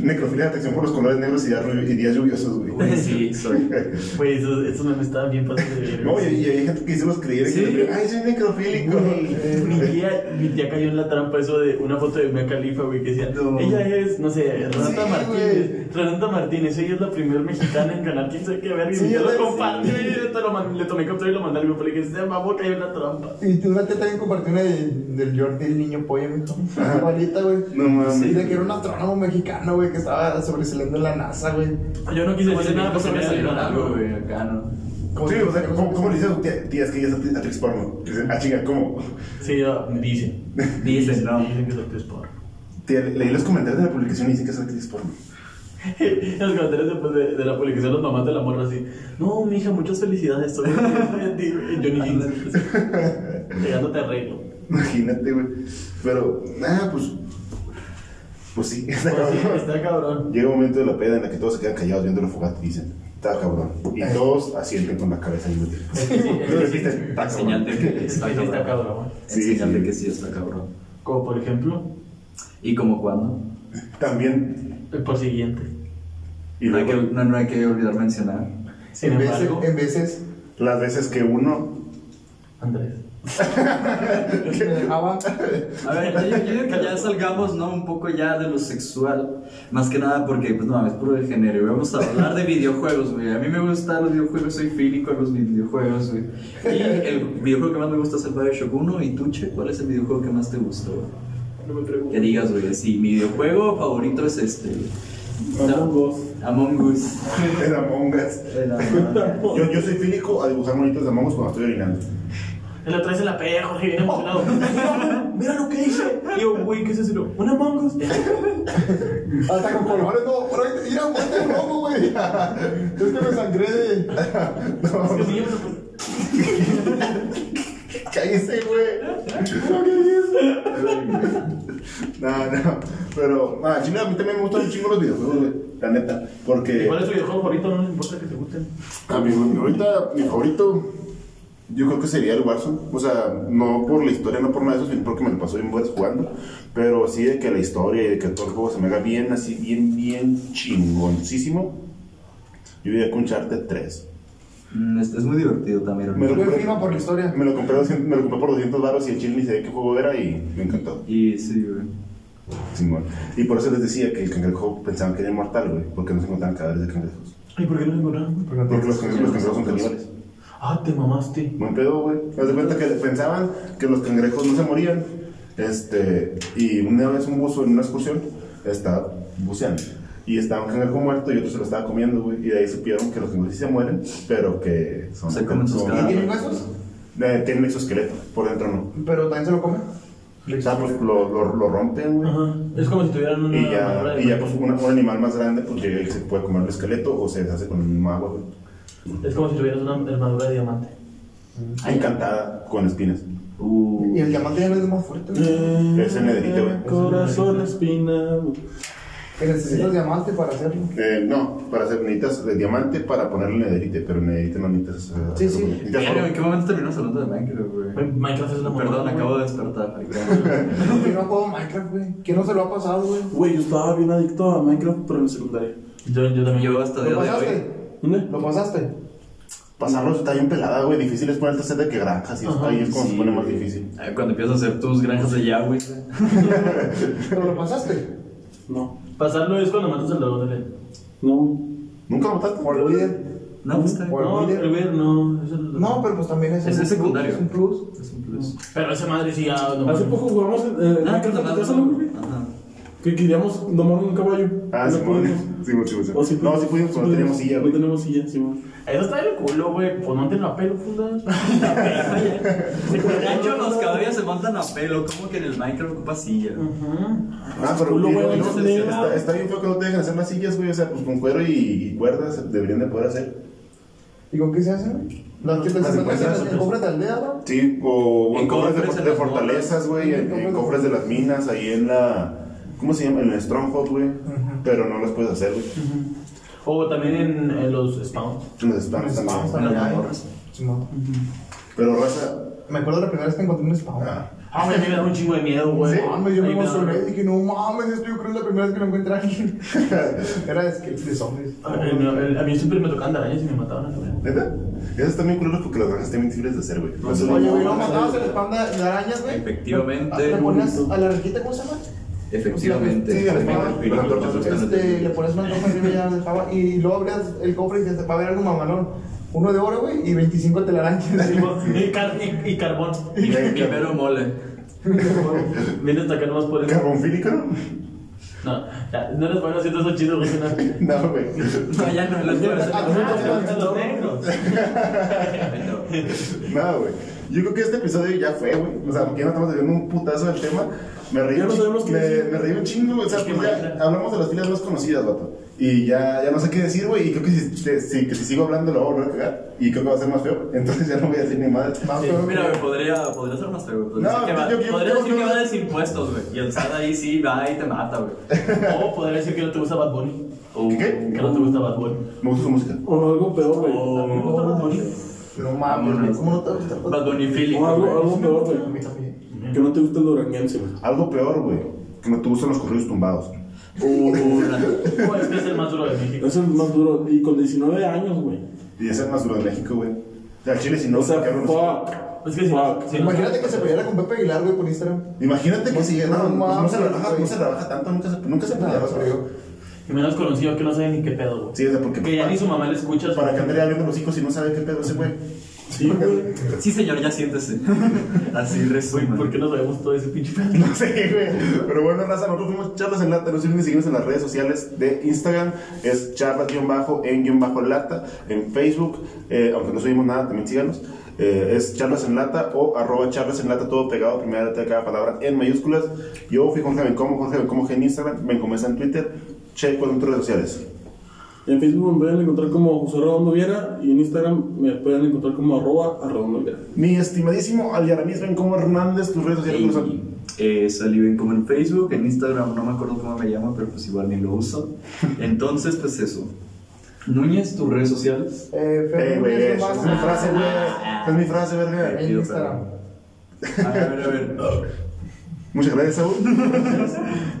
S1: Necrofilia, atracción por los colores negros y días lluv- y días lluviosos, güey.
S4: Güey, sí, soy.
S5: Güey, esos, esos memes estaban bien pasados de ver.
S1: No, y, y hay gente que dice los creyentes,
S4: Sí.
S1: que ay, soy necrofílico.
S5: Mi tía, mi tía cayó en la trampa eso de una foto de Mia Khalifa, güey, que decía,
S4: No.
S5: ella es, no sé, Renata
S1: Sí,
S5: Martínez, Renata Martínez, ella es la primer mexicana en ganar quién sabe qué verga,
S2: Sí,
S5: y yo
S2: sí.
S5: lo compartí, y yo te lo man- le tomé captura y lo mandé al grupo, le dije, se mamó, cayó en la trampa.
S2: Y tú una tía también compartió una de- del Jordi, el niño pollo, mijo. Igualita, güey.
S1: No mames.
S2: Sí, de que era un astrónomo mexicano, güey, que estaba sobresalando en la NASA, güey.
S5: Yo no quise
S4: Como si
S5: decir nada,
S4: nada
S5: porque
S4: me
S5: me
S4: salieron
S5: salió
S4: algo,
S5: algo,
S4: güey, acá, ¿no?
S1: Sí, o sea, ¿cómo, cómo le dices a tu tía? Tía, es que ella es actriz- actriz porno. Dice, ah, chinga, ¿cómo?
S5: Sí, yo, dicen.
S4: Dicen, no.
S5: Dicen que lo que es por.
S1: Tía, le- leí los comentarios de la publicación y dicen que es actriz porno.
S5: En los comentarios después de, de la publicación, los mamás de la morra así, no, mija, muchas felicidades, estoy muy orgullosa de ti, güey". Johnny Jeans. Llegándote arreglo.
S1: Imagínate, güey. Pero, nada, pues. Pues sí, está
S5: Pues sí,
S1: cabrón.
S5: está cabrón.
S1: Llega un momento de la peda en la que todos se quedan callados viendo la fogata y dicen, está cabrón. Y todos asienten con la cabeza inútil. Tú dijiste, está
S4: Señal
S1: cabrón.
S4: de que
S5: Es
S4: está
S5: que sí está
S4: cabrón.
S5: cabrón.
S1: Sí,
S4: Señal
S1: sí.
S4: de que sí está cabrón.
S5: Como por ejemplo,
S4: ¿Y como cuándo?
S1: También.
S5: el por siguiente.
S1: Y
S4: no, hay que,
S1: luego,
S4: no, no hay que olvidar mencionar.
S5: Sin
S2: En veces,
S5: embargo,
S2: en veces
S1: las veces que uno.
S5: Andrés.
S2: me dejaba.
S4: A ver, yo, yo digo que ya salgamos, ¿no? Un poco ya de lo sexual. Más que nada porque, pues no mames, puro de género. Vamos a hablar de videojuegos, güey. A mí me gustan los videojuegos, soy fílico a los videojuegos, güey. Y el videojuego que más me gusta es el Bioshock 1. ¿Y tú, Che? ¿Cuál es el videojuego que más te gustó? güey?
S5: No me
S4: Que
S5: preguntes.
S4: digas, güey, sí, mi videojuego favorito es este, güey.
S3: Among Us.
S4: Among Us.
S1: En Among Us.
S4: El Among Us.
S1: Yo, yo soy fílico a dibujar monitos de Among Us cuando estoy orinando.
S5: El otro se la pega, Jorge, viene emocionado. Mira, mira lo que hice. Y yo, güey, ¿qué es eso? ¿Una mangos?
S2: Hasta con colores, no, por ahí te mira, muerte el robo, güey. Es que me sangré de.
S1: Cállese, güey. No, no. Pero, ah, chile, a mí también me gustan un chingo los videojuegos, güey. La neta. Porque.
S5: ¿Cuál es tu videojuego favorito? No nos importa que te gusten.
S1: A mí, mi- ahorita, mi favorito, yo creo que sería el Warzone. O sea, no por la historia, no por nada de eso, sino porque me lo pasó bien buenas jugando. Pero sí de que la historia y de que todo el juego se me haga bien, así, bien, bien chingoncísimo. Yo diría que un Charter 3.
S4: Mm, es, es muy divertido también.
S1: Me
S4: hermano.
S1: lo
S2: Yo
S1: compré,
S2: firma por la historia.
S1: me lo compré, 200 me lo compré por 200 baros y el chile ni sabía qué juego era y me encantó.
S4: Y sí, güey.
S1: Simón. Y por eso les decía que el cangrejo pensaban que era inmortal, güey, porque no se encontraban cadáveres de cangrejos.
S5: ¿Y por qué no encontraron?
S1: Porque los cangrejos, los cangrejos son caníbales.
S5: Ah, te mamaste.
S1: Buen pedo, güey. Haz de cuenta que pensaban que los cangrejos no se morían. Este, y una vez un buzo en una excursión estaba buceando. Y estaba un cangrejo muerto y otro se lo estaba comiendo, güey. Y de ahí supieron que los cangrejos sí se mueren, pero que son.
S4: Se comen sus
S1: son-
S4: cadáveres.
S2: ¿Y tienen huesos?
S1: Eh, tienen exoesqueleto, por dentro no.
S2: Pero también se lo come.
S1: O sea, pues lo, lo, lo rompen, güey.
S5: Ajá. Es como si tuvieran una.
S1: Y ya,
S5: armadura de
S1: y ya
S5: metal.
S1: pues una- un animal más grande, pues llega y se puede comer el esqueleto o se deshace con el mismo agua, güey.
S5: Es como si tuvieras una armadura de diamante.
S1: Encantada con espinas.
S4: Uh.
S2: Y el diamante ya no es más fuerte, güey.
S1: Ese me dediqué, güey.
S3: Corazón espinado.
S2: Que necesitas diamante para hacerlo.
S1: Eh, no, para hacer necesitas de diamante para ponerle nederite, pero nederite no necesitas. eh,
S2: Sí, sí.
S1: necesitas
S4: Pero,
S1: oro.
S4: ¿En qué momento terminamos hablando de Minecraft, güey?
S5: Minecraft es la
S4: Perdón, acabo de despertar. ahí está.
S2: Yo no juego Minecraft, güey. ¿Quién no se lo ha pasado, güey?
S3: Güey, yo estaba bien adicto a Minecraft, pero en secundaria.
S5: Yo, yo también.
S4: Yo hasta el
S2: ¿Lo
S4: día de hoy. eh,
S2: pasaste?
S3: ¿Dónde?
S2: ¿Lo pasaste?
S1: Pasarlos está bien pelada, güey. Difícil es ponerte set de que granjas y eso ahí es como se
S4: Sí,
S1: pone más
S4: güey.
S1: difícil.
S4: Ah, Cuando empiezas a hacer tus granjas de Yahweh. güey.
S2: ¿Pero lo pasaste?
S3: No.
S5: Pasarlo es cuando matas al dragón de León.
S3: No.
S1: ¿Nunca lo mataste?
S2: Por el líder.
S4: No, pues está bien.
S2: O al
S5: No,
S2: Wither.
S5: el Wither no. eso
S2: No, pero pues también es,
S4: Es-
S2: un
S4: es
S2: plus,
S4: secundario.
S2: Es un plus.
S4: Es un plus.
S5: Pero esa madre sí ya. no
S3: Hace
S5: mames.
S3: poco jugamos eh,
S4: Ah,
S3: Minecraft en tu casa, ¿no, güey?
S4: Ajá.
S3: Que queríamos domar un caballo.
S1: Ah,
S3: no
S1: sí,
S3: pudimos.
S1: sí, mucho, mucho.
S3: O sí
S1: No, sí pudimos, pero no teníamos silla,
S3: No
S1: güey.
S3: tenemos silla, sí, güey.
S5: Eso está del culo, güey. Pues monten la pelo, puta. La pelo, Se
S4: De hecho, los caballos se montan a pelo, como que en el Minecraft ocupa silla.
S1: Ah, pero
S3: Culo,
S1: y-
S3: güey,
S1: y no,
S3: no
S1: está,
S3: sé.
S1: está- está bien feo que no te dejen hacer las sillas, güey. O sea, pues con cuero y, y cuerdas deberían de poder hacer.
S2: ¿Y con qué se hace? güey? Las que te
S1: Las
S2: encuentras en
S1: encuentras
S2: las- en
S1: otras.
S2: cofres de aldea, ¿no?
S1: Sí, o, o en
S4: En
S1: cofres de,
S4: cofres, en
S1: de
S4: las
S1: fortalezas, güey. En, en cofres de las minas, ahí en la. ¿Cómo se llama? En el Stronghold, güey. Pero no las puedes hacer, güey.
S5: O también en, en los spawns.
S1: En los spawns también.
S2: Spawns
S4: en las
S2: también hay.
S4: mazmorras.
S2: Simón.
S1: Pero raza.
S2: Me acuerdo la primera vez que encontré un spawn.
S1: ah,
S5: Ah, güey, a mí me da un chingo de miedo, güey.
S2: Sí, mames, yo me
S5: Ahí da-
S2: emocioné. Dije, no mames, esto yo creo que es la primera vez que lo encuentro alguien. Era de, skate de zombies.
S5: A a- a mí siempre me tocaban arañas y me mataban a la verga.
S1: ¿Neta? Esas también culeras porque las rajas también difíciles de hacer, güey. Por eso
S2: Oye,
S1: no-
S2: güey, no matabas el spam de de arañas, güey.
S4: Efectivamente.
S2: Le ponías a la rejita, ¿cómo se llama?
S4: Efectivamente.
S1: Sí, a las minas,
S4: Efectivamente.
S1: las antorchas,
S2: Este, le pones una toma arriba y ya dejaba. Y luego abrías el cofre y dices, va a haber algo mamalón. Uno de oro, güey, y 25 telarañas.
S5: Y, car- y- y carbón.
S4: Y primero mole.
S5: Viene a sacar más por eso.
S1: ¿Carbón fílico?
S5: No, ya, no les van haciendo esos chidos, güey. no.
S1: No, güey.
S4: No, ya no, los
S5: Ah, los negros.
S1: Nada, güey. Yo creo que este episodio ya fue, güey. O sea, porque ya nos estamos saliendo un putazo del tema. Me reí,
S3: Ya
S1: un
S3: no
S1: chi-
S3: sabemos qué
S1: me,
S3: decir.
S1: me reí un chingo, güey. O sea,
S5: Es que
S1: pues ya
S5: imagina.
S1: hablamos de las filas más conocidas, vato. Y ya, ya no sé qué decir, güey. Y creo que si, te- si- que si sigo hablando lo voy a volver a cagar. Y creo que va a ser más feo. Entonces ya no voy a decir ni madre.
S2: Más
S4: Sí,
S2: feo.
S4: Mira, güey, podría, podría ser más feo. güey. Podría
S1: No,
S4: decir que va,
S1: yo- yo-
S4: podría
S1: yo-
S4: decir que
S1: yo-
S4: va a desimpuestos, güey. Y el SAT ahí sí va y te mata, güey.
S5: O podría decir que no te gusta Bad Bunny. O
S1: ¿Qué,
S5: que
S1: qué?
S5: no te gusta Bad Bunny.
S1: Me gusta su música.
S3: O algo peor, güey.
S1: Oh.
S4: O-
S5: ¿Me gusta Bad Bunny?
S2: No mames, güey, ¿cómo no te gusta?
S4: Bad Bunny
S3: O
S4: Feeling.
S3: algo, algo peor,
S2: Pues, A mí
S3: güey.
S2: también.
S3: Que no te gusta el duranguense, güey.
S1: Algo peor, güey. Que no te gustan los corridos tumbados.
S5: O es que es el más duro de México.
S3: Es el más duro. Y con 19 años, güey.
S1: Y ese es más duro de México, güey. O sea, Chile, si no,
S3: O sea,
S1: ¿por qué hablan así?
S3: fuck.
S5: Es que si no,
S3: Fuck.
S5: si no-
S2: Imagínate que se peleara con Pepe Aguilar, güey, por Instagram.
S1: Imagínate que si no,
S2: No
S1: no, pues no se
S2: mames,
S1: rebaja,
S2: güey.
S1: no se rebaja tanto, nunca se, nunca se
S2: Nada,
S1: peleaba,
S2: pero
S1: güey.
S2: yo-
S5: que menos conocido que no sabe ni qué pedo, güey.
S1: Sí, o sea, porque
S5: Que ya ni su mamá le escucha. su-
S1: para que andaría viendo los hijos y no sabe qué pedo ese güey.
S3: Sí, güey.
S4: Sí, señor, ya siéntese. Así
S5: Güey,
S4: resumen.
S5: ¿por qué no sabemos todo ese pinche pedo?
S1: No sé, güey. Pero bueno, raza, nosotros fuimos charlas en lata. No se olviden de seguirnos en las redes sociales de Instagram. Es charlas-en-lata. En Facebook, eh, aunque no subimos nada, también síganos. Eh, es charlas en lata o arroba charlas en lata, todo pegado, primera letra de cada palabra en mayúsculas. Yo fui Jorge Bencomo, Jorge Bencomo G en Instagram, Bencomo está en Twitter. Che, ¿cuáles son tus redes sociales?
S3: En Facebook me pueden encontrar como José Redondo Viera y en Instagram me pueden encontrar como arroba a Redondo Viera.
S1: Mi estimadísimo Aljaramis Bencomo Hernández, tus redes sociales, ¿cuáles son?
S4: Y, eh, salí bien como en Facebook, en Instagram, no me acuerdo cómo me llamo, pero pues igual ni lo uso. Entonces, pues eso. Núñez, tus redes sociales.
S2: Eh,
S1: Ey,
S2: Fernando
S1: güey,
S2: Díaz
S1: esa es mi
S2: Tomás,
S1: frase, güey. Ah, Esa es mi frase, verga.
S2: En Instagram.
S4: A ver, a ver.
S1: Muchas gracias, Saúl.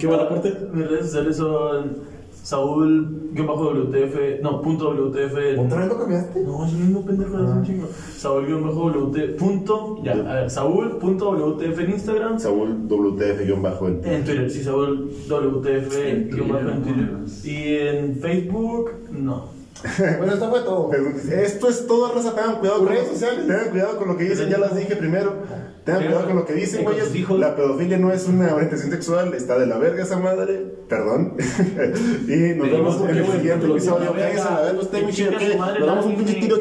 S3: ¿Qué va la parte?
S5: Mis redes sociales son Saúl-WTF, no, punto WTF.
S2: ¿Otra vez lo cambiaste?
S5: No, es el mismo pendejo, es un chingo. Saúl-WTF, punto, ya, a ver, Saúl.WTF en Instagram,
S1: Saúl WTF guión bajo en.
S5: en Twitter, sí, Saúl-WTF en
S4: En Twitter,
S5: Twitter.
S4: no.
S5: Y en Facebook, no.
S2: Bueno, esto fue todo.
S1: Esto es todo, raza. Tengan cuidado con redes sociales. Tengan cuidado con lo que dicen, ya las dije primero. Tengan cuidado con lo que dicen,
S5: Y con
S1: güeyes.
S5: sus hijos.
S1: La pedofilia no es una orientación sexual, está de la verga esa madre. Perdón. y nos vemos
S3: ¿por
S1: en
S3: qué,
S1: el
S3: güey?
S1: siguiente
S3: Porque lo
S1: episodio.
S5: dicen a la
S1: Cállese a la verga usted,
S5: verga.
S1: mi chido,
S5: Chinga su
S1: que
S5: madre,
S1: Nos damos
S5: la
S1: un pinche
S5: virgen.
S1: tiro.